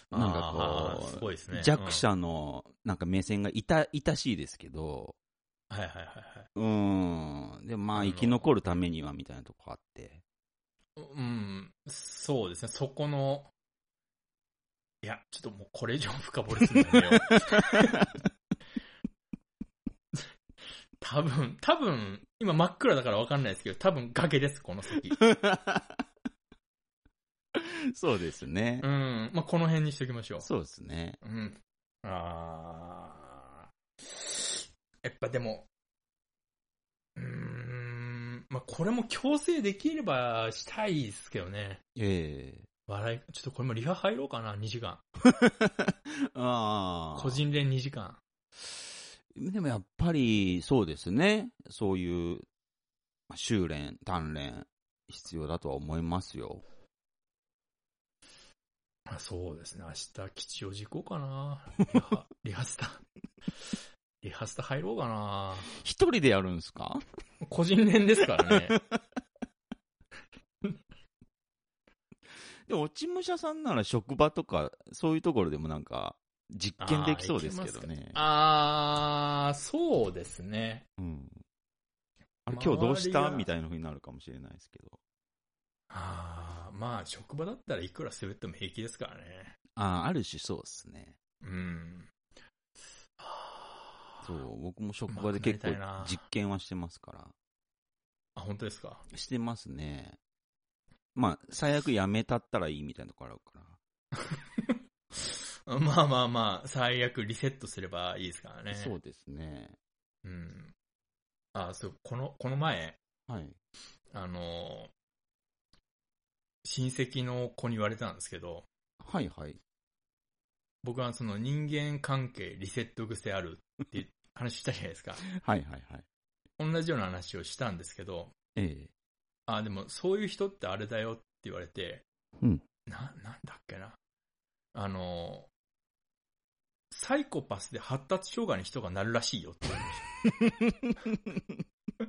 [SPEAKER 2] なん
[SPEAKER 1] あ
[SPEAKER 2] か
[SPEAKER 1] ーす
[SPEAKER 2] こ
[SPEAKER 1] ごいです
[SPEAKER 2] う、
[SPEAKER 1] ね。
[SPEAKER 2] 弱者のなんか目線がいた、いたしいですけど、
[SPEAKER 1] うん。はいはいはいはい。
[SPEAKER 2] うん。でもま
[SPEAKER 1] あ
[SPEAKER 2] あ、
[SPEAKER 1] の
[SPEAKER 2] 生き残るためにはみたいなとこあって。
[SPEAKER 1] うん、そうですね、そこの、いや、ちょっともうこれ以上深掘りするのよ。多分、多分、今真っ暗だから分かんないですけど、多分崖です、この
[SPEAKER 2] <laughs>
[SPEAKER 1] 席。
[SPEAKER 2] そうですね
[SPEAKER 1] う。ん、まあ、この辺にしときましょう。
[SPEAKER 2] そうですね。
[SPEAKER 1] うん。あーやっぱでも、うーん、まあ、これも強制できればしたいですけどね。
[SPEAKER 2] え
[SPEAKER 1] 笑い、ちょっとこれもリハ入ろうかな、2時間。
[SPEAKER 2] えああ。
[SPEAKER 1] 個人練2時間。
[SPEAKER 2] でもやっぱりそうですね、そういうまあ修練、鍛錬、必要だとは思いますよ。
[SPEAKER 1] あそうですね。明日、吉祥寺行こうかな。リハ、リハスタ。リハスタ入ろうかな。
[SPEAKER 2] 一人でやるんですか
[SPEAKER 1] 個人練ですから <laughs> ね。
[SPEAKER 2] でも、落ち武者さんなら職場とか、そういうところでもなんか、実験できそうですけどね。あ
[SPEAKER 1] あー、そうですね。
[SPEAKER 2] うん、あれ
[SPEAKER 1] 周りが
[SPEAKER 2] 今日どうしたみたいな風になるかもしれないですけど。
[SPEAKER 1] あー、まあ、職場だったらいくら滑っても平気ですからね。
[SPEAKER 2] ああ、ある種そうですね。
[SPEAKER 1] うん。
[SPEAKER 2] そう、僕も職場で結構
[SPEAKER 1] うまくなりたいな
[SPEAKER 2] 実験はしてますから。
[SPEAKER 1] あ、本当ですか。
[SPEAKER 2] してますね。まあ、最悪やめたったらいいみたいなところあるから。
[SPEAKER 1] まあまあまあ、最悪リセットすればいいですからね。
[SPEAKER 2] そうですね。
[SPEAKER 1] うん。あ、そう、この、この前、
[SPEAKER 2] はい。
[SPEAKER 1] あの、親戚の子に言われたんですけど、
[SPEAKER 2] はいはい。
[SPEAKER 1] 僕はその人間関係リセット癖あるっていう話したじゃないですか。
[SPEAKER 2] はいはいはい。
[SPEAKER 1] 同じような話をしたんですけど、
[SPEAKER 2] ええ。
[SPEAKER 1] あ、でもそういう人ってあれだよって言われて、
[SPEAKER 2] うん
[SPEAKER 1] な、なんだっけな。あの、サイコパスで発達障害の人がなるらしいよって言われました。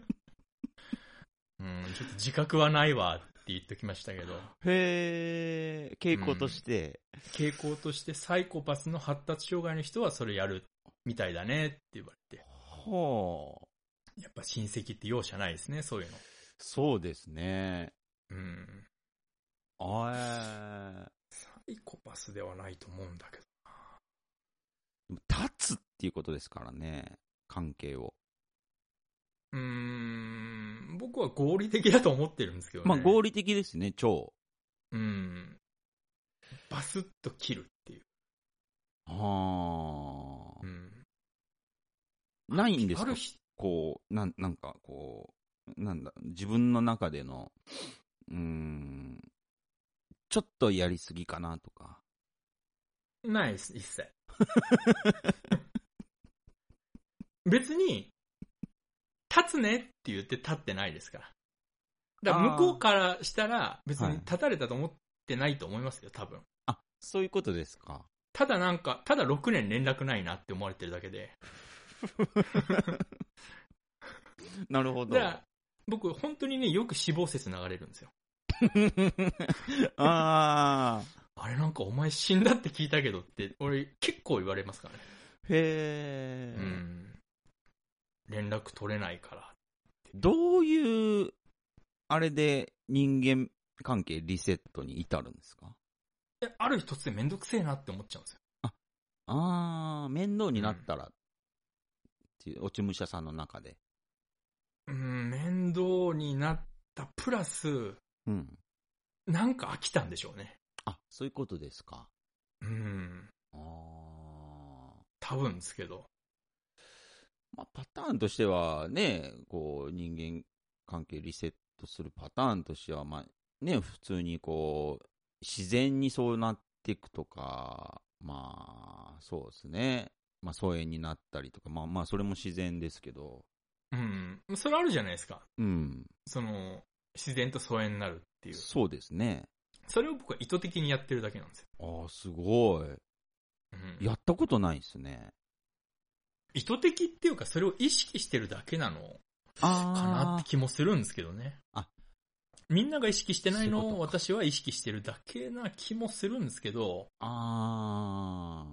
[SPEAKER 1] うん、ちょっと自覚はないわって言っときましたけど。
[SPEAKER 2] へえ、傾向として。
[SPEAKER 1] 傾向としてサイコパスの発達障害の人はそれやるみたいだねって言われて。
[SPEAKER 2] ほう。
[SPEAKER 1] やっぱ親戚って容赦ないですね、そういうの。
[SPEAKER 2] そうですね。
[SPEAKER 1] うん。
[SPEAKER 2] あえ。
[SPEAKER 1] サイコパスではないと思うんだけど。
[SPEAKER 2] でも立つっていうことですからね。関係を。
[SPEAKER 1] うーん、僕は合理的だと思ってるんですけどね。
[SPEAKER 2] まあ合
[SPEAKER 1] 理。
[SPEAKER 2] 理的ですね、超。
[SPEAKER 1] うん。バスッと切るっていう。
[SPEAKER 2] はあ
[SPEAKER 1] う。ん。
[SPEAKER 2] ないんです
[SPEAKER 1] あ
[SPEAKER 2] か
[SPEAKER 1] る日、
[SPEAKER 2] こう、なん、なんかこう、なんだ、自分の中での、うーん、ちょっとやりすぎかなとか。
[SPEAKER 1] ないです、一切。 <laughs> 別に、立つねって言って立ってないですから。だから向
[SPEAKER 2] あー
[SPEAKER 1] こうからしたら別
[SPEAKER 2] は
[SPEAKER 1] に
[SPEAKER 2] い
[SPEAKER 1] 立たれたと思ってないと思いますよ、多分。
[SPEAKER 2] あ、そういうことですか。
[SPEAKER 1] ただなんか、ただ6年連絡ないなって思われてるだけで。
[SPEAKER 2] なるほ
[SPEAKER 1] だから、僕本当にね、よく死亡説流れるんですよ。
[SPEAKER 2] ああ、
[SPEAKER 1] あれなんかお前死んだって聞いたけどって、俺結構言われますからね。
[SPEAKER 2] へえ、
[SPEAKER 1] うん。連絡取れないから。
[SPEAKER 2] どういう、あれで人間関係リセットに至るんですか
[SPEAKER 1] である日突然めんどくせえなって思っちゃうんですよ
[SPEAKER 2] ああ、面倒になったら、っていう、落ち武者さんの中で。
[SPEAKER 1] うん、面倒になった、プラス、
[SPEAKER 2] うん。
[SPEAKER 1] なんか飽きたんでしょうね。
[SPEAKER 2] あ、そういうことですか。
[SPEAKER 1] うん、
[SPEAKER 2] ああ。
[SPEAKER 1] 多分ですけど。
[SPEAKER 2] まあ、パターンとしてはね、こう、人間関係リセットするパターンとしては、まあ、ね、普通にこう、自然にそうなっていくとか、まあ、そうですね。まあ、疎遠になったりとか、まあまあ、それも自然ですけど、
[SPEAKER 1] うん。それあるじゃないですか。
[SPEAKER 2] うん、
[SPEAKER 1] その、自然と疎遠になるっていう。
[SPEAKER 2] そうですね。
[SPEAKER 1] それを僕は意図的にやってるだけなんですよ。
[SPEAKER 2] ああ、すごい。
[SPEAKER 1] うん、
[SPEAKER 2] やったことないですね。
[SPEAKER 1] 意図的っていうか、それを意識してるだけなのかな
[SPEAKER 2] あ
[SPEAKER 1] って気もするんですけどね。
[SPEAKER 2] あ
[SPEAKER 1] みんなが意識してないの
[SPEAKER 2] そういう
[SPEAKER 1] を
[SPEAKER 2] ことか
[SPEAKER 1] 私は意識してるだけな気もするんですけど、
[SPEAKER 2] あ、
[SPEAKER 1] う
[SPEAKER 2] ああ、
[SPEAKER 1] ん、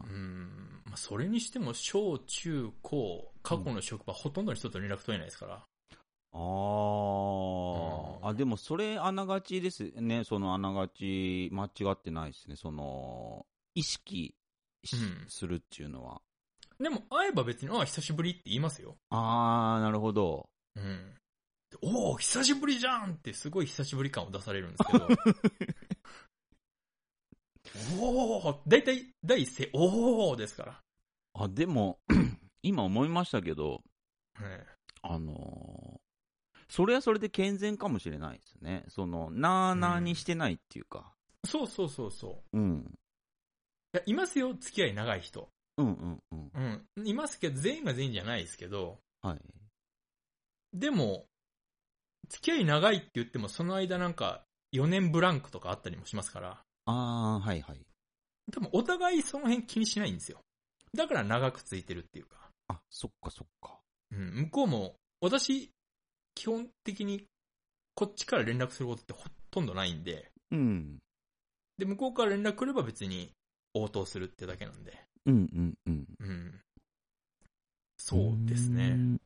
[SPEAKER 1] まあ、それにしても小、中、高、過去の職場、ほとんどの人と連絡取れないですから。
[SPEAKER 2] あーあ、でもそれあながちですね、そのあながち間違ってないですね、その、意識し
[SPEAKER 1] うん
[SPEAKER 2] するっていうのは。
[SPEAKER 1] でも会えば別に、ああ、久しぶりって言いますよ。
[SPEAKER 2] ああ、なるほど。
[SPEAKER 1] うん。でおお、久しぶりじゃんってすごい久しぶり感を出されるんですけど。
[SPEAKER 2] <laughs>
[SPEAKER 1] おお、だいたい第一声、おおですから。
[SPEAKER 2] あ、でも、 <clears throat> 今思いましたけど、
[SPEAKER 1] ね
[SPEAKER 2] あのーそれはそれで健全かもしれないですね。その、なーなーにしてないっていうか。
[SPEAKER 1] そうそうそうそう。
[SPEAKER 2] うん。
[SPEAKER 1] いや、いますよ、付き合い長い人。
[SPEAKER 2] うんうんうん。
[SPEAKER 1] うん。いますけど、全員が全員じゃないですけど、
[SPEAKER 2] はい。
[SPEAKER 1] でも、付き合い長いって言っても、その間なんか、4年ブランクとかあったりもしますから、
[SPEAKER 2] ああ、はいはい。
[SPEAKER 1] 多分お互いその辺気にしないんですよ。だから長く続いてるっていうか。
[SPEAKER 2] あ、そっかそっか。
[SPEAKER 1] うん、向こうも、私、基本的に、こっちから連絡することってほとんどないんで、
[SPEAKER 2] うん。
[SPEAKER 1] で、向こうから連絡来れば別に応答するってだけなんで、
[SPEAKER 2] うんうんうん。
[SPEAKER 1] うん。そうです
[SPEAKER 2] う
[SPEAKER 1] ね。
[SPEAKER 2] ん。へ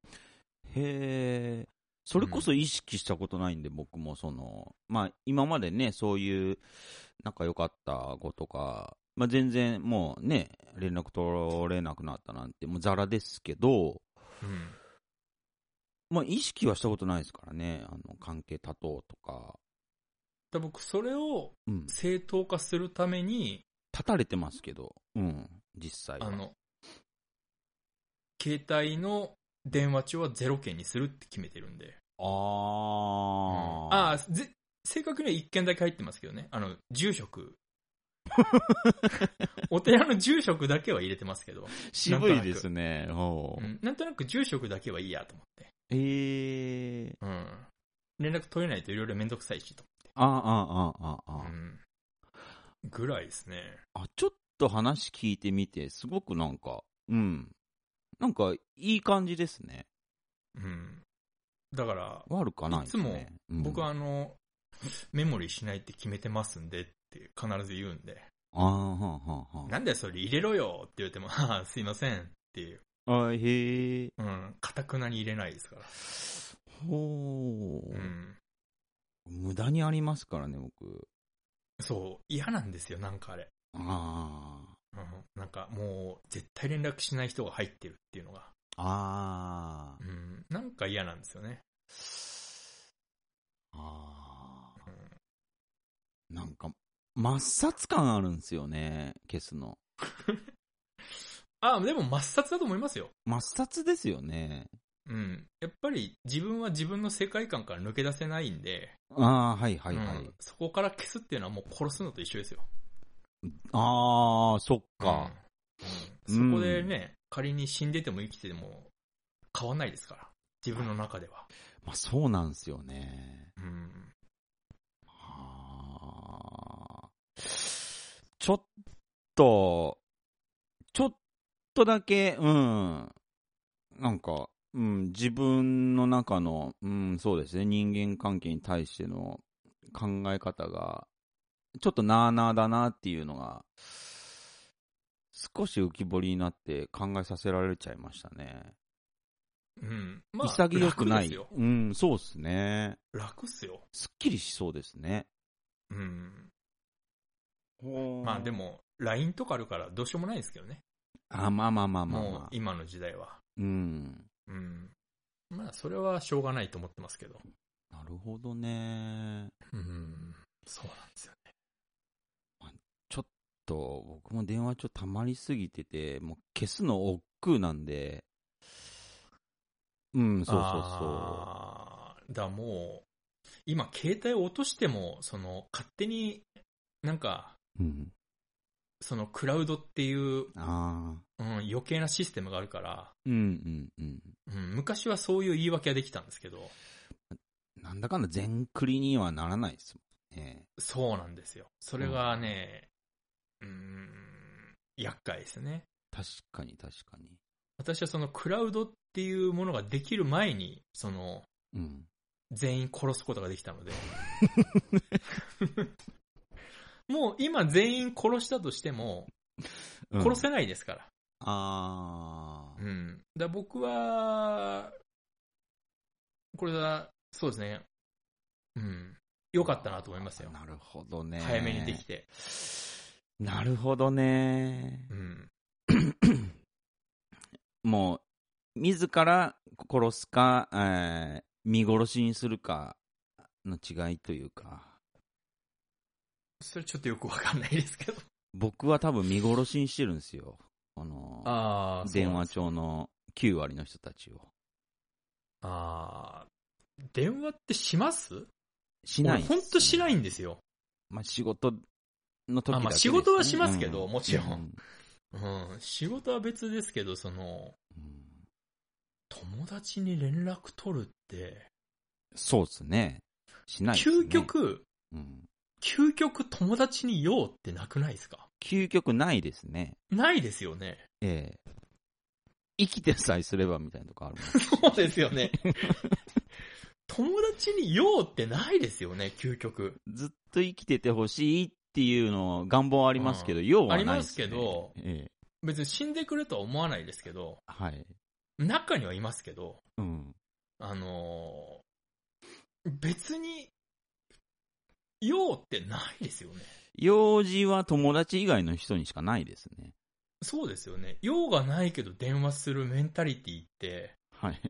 [SPEAKER 2] え。それこそ意識したことないんで、僕もその、まあ今までね、そういう仲良かった子とか、まあ全然もうね、連絡取れなくなったなんて、もうザラですけど、
[SPEAKER 1] うん。
[SPEAKER 2] まあ意識はしたことないですからね、あの関係立とうとか、
[SPEAKER 1] で僕、それを
[SPEAKER 2] うん、
[SPEAKER 1] 正当化するために、
[SPEAKER 2] 立たれてますけど、うん、実際は
[SPEAKER 1] あの、携帯の電話帳はゼロ件にするって決めてるんで。あ
[SPEAKER 2] あ
[SPEAKER 1] あ
[SPEAKER 2] ー、
[SPEAKER 1] ー、ぜ正確には1件だけ入ってますけどね。あの、住
[SPEAKER 2] <laughs>
[SPEAKER 1] 職。お寺の住職だけは入れてますけど、
[SPEAKER 2] 渋いですね、おう
[SPEAKER 1] うん、なんとなく住職だけはいいやと思って。
[SPEAKER 2] ええ
[SPEAKER 1] うん。連絡取れないといろいろめんどくさいしと。
[SPEAKER 2] ああ、ああ、
[SPEAKER 1] う
[SPEAKER 2] ああ、
[SPEAKER 1] ん。ぐらいですね。
[SPEAKER 2] あ、ちょっと話聞いてみて、すごくなんか、うん、なんかいい感じですね。
[SPEAKER 1] うん。だから、
[SPEAKER 2] 悪くはないですね。うん
[SPEAKER 1] 僕は、あの、メモリーしないって決めてますんでって必ず言うんで、
[SPEAKER 2] ああ、はあ、はあ、は
[SPEAKER 1] なんでそれ入れろよって言っても、 <laughs> ああ、すいませんっていう、
[SPEAKER 2] あ。あへえ。
[SPEAKER 1] うん、かたくなに入れないですから。
[SPEAKER 2] ほう、
[SPEAKER 1] うん。
[SPEAKER 2] 無駄にありますからね、僕。
[SPEAKER 1] そう、嫌なんですよ、なんかあれ。
[SPEAKER 2] ああ。
[SPEAKER 1] うん、なんかもう、絶対連絡しない人が入ってるっていうのが、
[SPEAKER 2] あ
[SPEAKER 1] う
[SPEAKER 2] ー
[SPEAKER 1] ん、なんか嫌なんですよね。
[SPEAKER 2] あ
[SPEAKER 1] うん
[SPEAKER 2] ー。なんか、抹殺感あるんですよね、消すの。
[SPEAKER 1] ああ、でも抹殺だと思いますよ。
[SPEAKER 2] 抹殺ですよね。
[SPEAKER 1] うん。やっぱり自分は自分の世界観から抜け出せないんで、
[SPEAKER 2] ああ、はいはいはい。
[SPEAKER 1] うんそこから消すっていうのはもう殺すのと一緒ですよ。
[SPEAKER 2] ああ、そっか。
[SPEAKER 1] うん
[SPEAKER 2] うん
[SPEAKER 1] そこでね、仮に死んでても生きてても変わんないですから。自分の中では。
[SPEAKER 2] まあそうなんですよね。
[SPEAKER 1] うん。
[SPEAKER 2] あーちょっと、ちょっとだけ、うん。なんか、うん、自分の中の、うん、そうですね、人間関係に対しての考え方が、ちょっとなあなあだなっていうのが、少し浮き彫りになって考えさせられちゃいましたね。
[SPEAKER 1] うん。まあ、
[SPEAKER 2] 潔くな
[SPEAKER 1] 楽
[SPEAKER 2] い。
[SPEAKER 1] ですよ。
[SPEAKER 2] うん、そうですね。
[SPEAKER 1] 楽っすよ。
[SPEAKER 2] すっきりしそうですね。
[SPEAKER 1] うん。まあでも、LINE とかあるからどうしようもないですけどね。
[SPEAKER 2] あ、まあまあまあまあ、
[SPEAKER 1] もう
[SPEAKER 2] まあ。
[SPEAKER 1] 今の時代は。
[SPEAKER 2] うん。
[SPEAKER 1] うん。まあ、それはしょうがないと思ってますけど。
[SPEAKER 2] なるほどね。
[SPEAKER 1] うん。そうなんですよね。
[SPEAKER 2] と、僕も電話帳溜まりすぎてて、もう消すの億劫なんで。うん、そうそうそ
[SPEAKER 1] あーだからもう、今携帯を落としても、その、勝手になんか、
[SPEAKER 2] う。うん。
[SPEAKER 1] そのクラウドっていう、うん、
[SPEAKER 2] ああ。
[SPEAKER 1] 余計なシステムがあるから、
[SPEAKER 2] うんうんうん。
[SPEAKER 1] うん、昔はそういう言い訳はできたんですけど、
[SPEAKER 2] なんだかんだ全クリにはならないですもんね。
[SPEAKER 1] そうなんですよ。それがね、うーん、厄介ですね。
[SPEAKER 2] 確かに確かに。
[SPEAKER 1] 私はそのクラウドっていうものができる前に、その、
[SPEAKER 2] うん。
[SPEAKER 1] 全員殺すことができたの
[SPEAKER 2] <laughs>
[SPEAKER 1] で。もう今全員殺したとしても、
[SPEAKER 2] うん
[SPEAKER 1] 殺せないですから。
[SPEAKER 2] あ
[SPEAKER 1] うん。だから僕は、これは、そうですね。うん。
[SPEAKER 2] ー。
[SPEAKER 1] 良かったなと思いますよ。
[SPEAKER 2] なるほどね。
[SPEAKER 1] 早めにできて。
[SPEAKER 2] なるほどね。
[SPEAKER 1] うん。
[SPEAKER 2] <coughs> もう、自ら殺すか、えー見殺しにするかの違いというか、
[SPEAKER 1] それちょっとよくわかんないですけど。
[SPEAKER 2] 僕は多分見殺しにしてるんですよ。この、
[SPEAKER 1] あ
[SPEAKER 2] 電話帳の9割の人たちを。
[SPEAKER 1] あー電話ってします
[SPEAKER 2] しない
[SPEAKER 1] 俺ほんとしないんですよ。
[SPEAKER 2] まあ、仕事の時だけですね、
[SPEAKER 1] あまあ仕事はしますけど
[SPEAKER 2] う
[SPEAKER 1] もちろん
[SPEAKER 2] う
[SPEAKER 1] うん。仕事は別ですけど、その、
[SPEAKER 2] うん
[SPEAKER 1] 友達に連絡取るって、
[SPEAKER 2] そうですね。しないですね、
[SPEAKER 1] 究極、
[SPEAKER 2] うん
[SPEAKER 1] 究極友達に用ってなくないですか
[SPEAKER 2] 究極ないですね。
[SPEAKER 1] ないですよね。 <laughs>
[SPEAKER 2] ええ生きてさえすればみたいなとこあるもん。
[SPEAKER 1] そうですよ
[SPEAKER 2] <laughs>
[SPEAKER 1] ね。友達に用ってないですよね、究極。
[SPEAKER 2] ずっと生きててほしいっていうの願望はありますけど、要はない、ね、
[SPEAKER 1] ありますけど
[SPEAKER 2] ええ
[SPEAKER 1] 別に死んでくれとは思わないですけど、
[SPEAKER 2] はい。
[SPEAKER 1] 中にはいますけど、
[SPEAKER 2] うん。
[SPEAKER 1] あのー別に、用ってないですよね。
[SPEAKER 2] 用事は友達以外の人にしかないですね。
[SPEAKER 1] そうですよね。用がないけど電話するメンタリティって、
[SPEAKER 2] はい。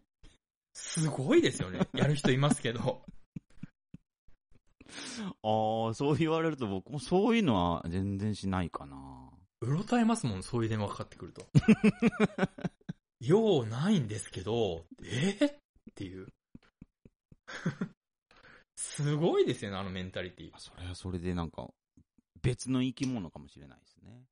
[SPEAKER 1] すごいですよね。やる人いますけど。 <laughs>
[SPEAKER 2] ああ、そう言われると僕もそういうのは全然しないかな。
[SPEAKER 1] うろたえますもん、そういう電話かかってくると。用ないんですけど、えーっていう。 <laughs> すごいですよね、あのメンタリティ。
[SPEAKER 2] それはそれでなんか、別の生き物かもしれないですね。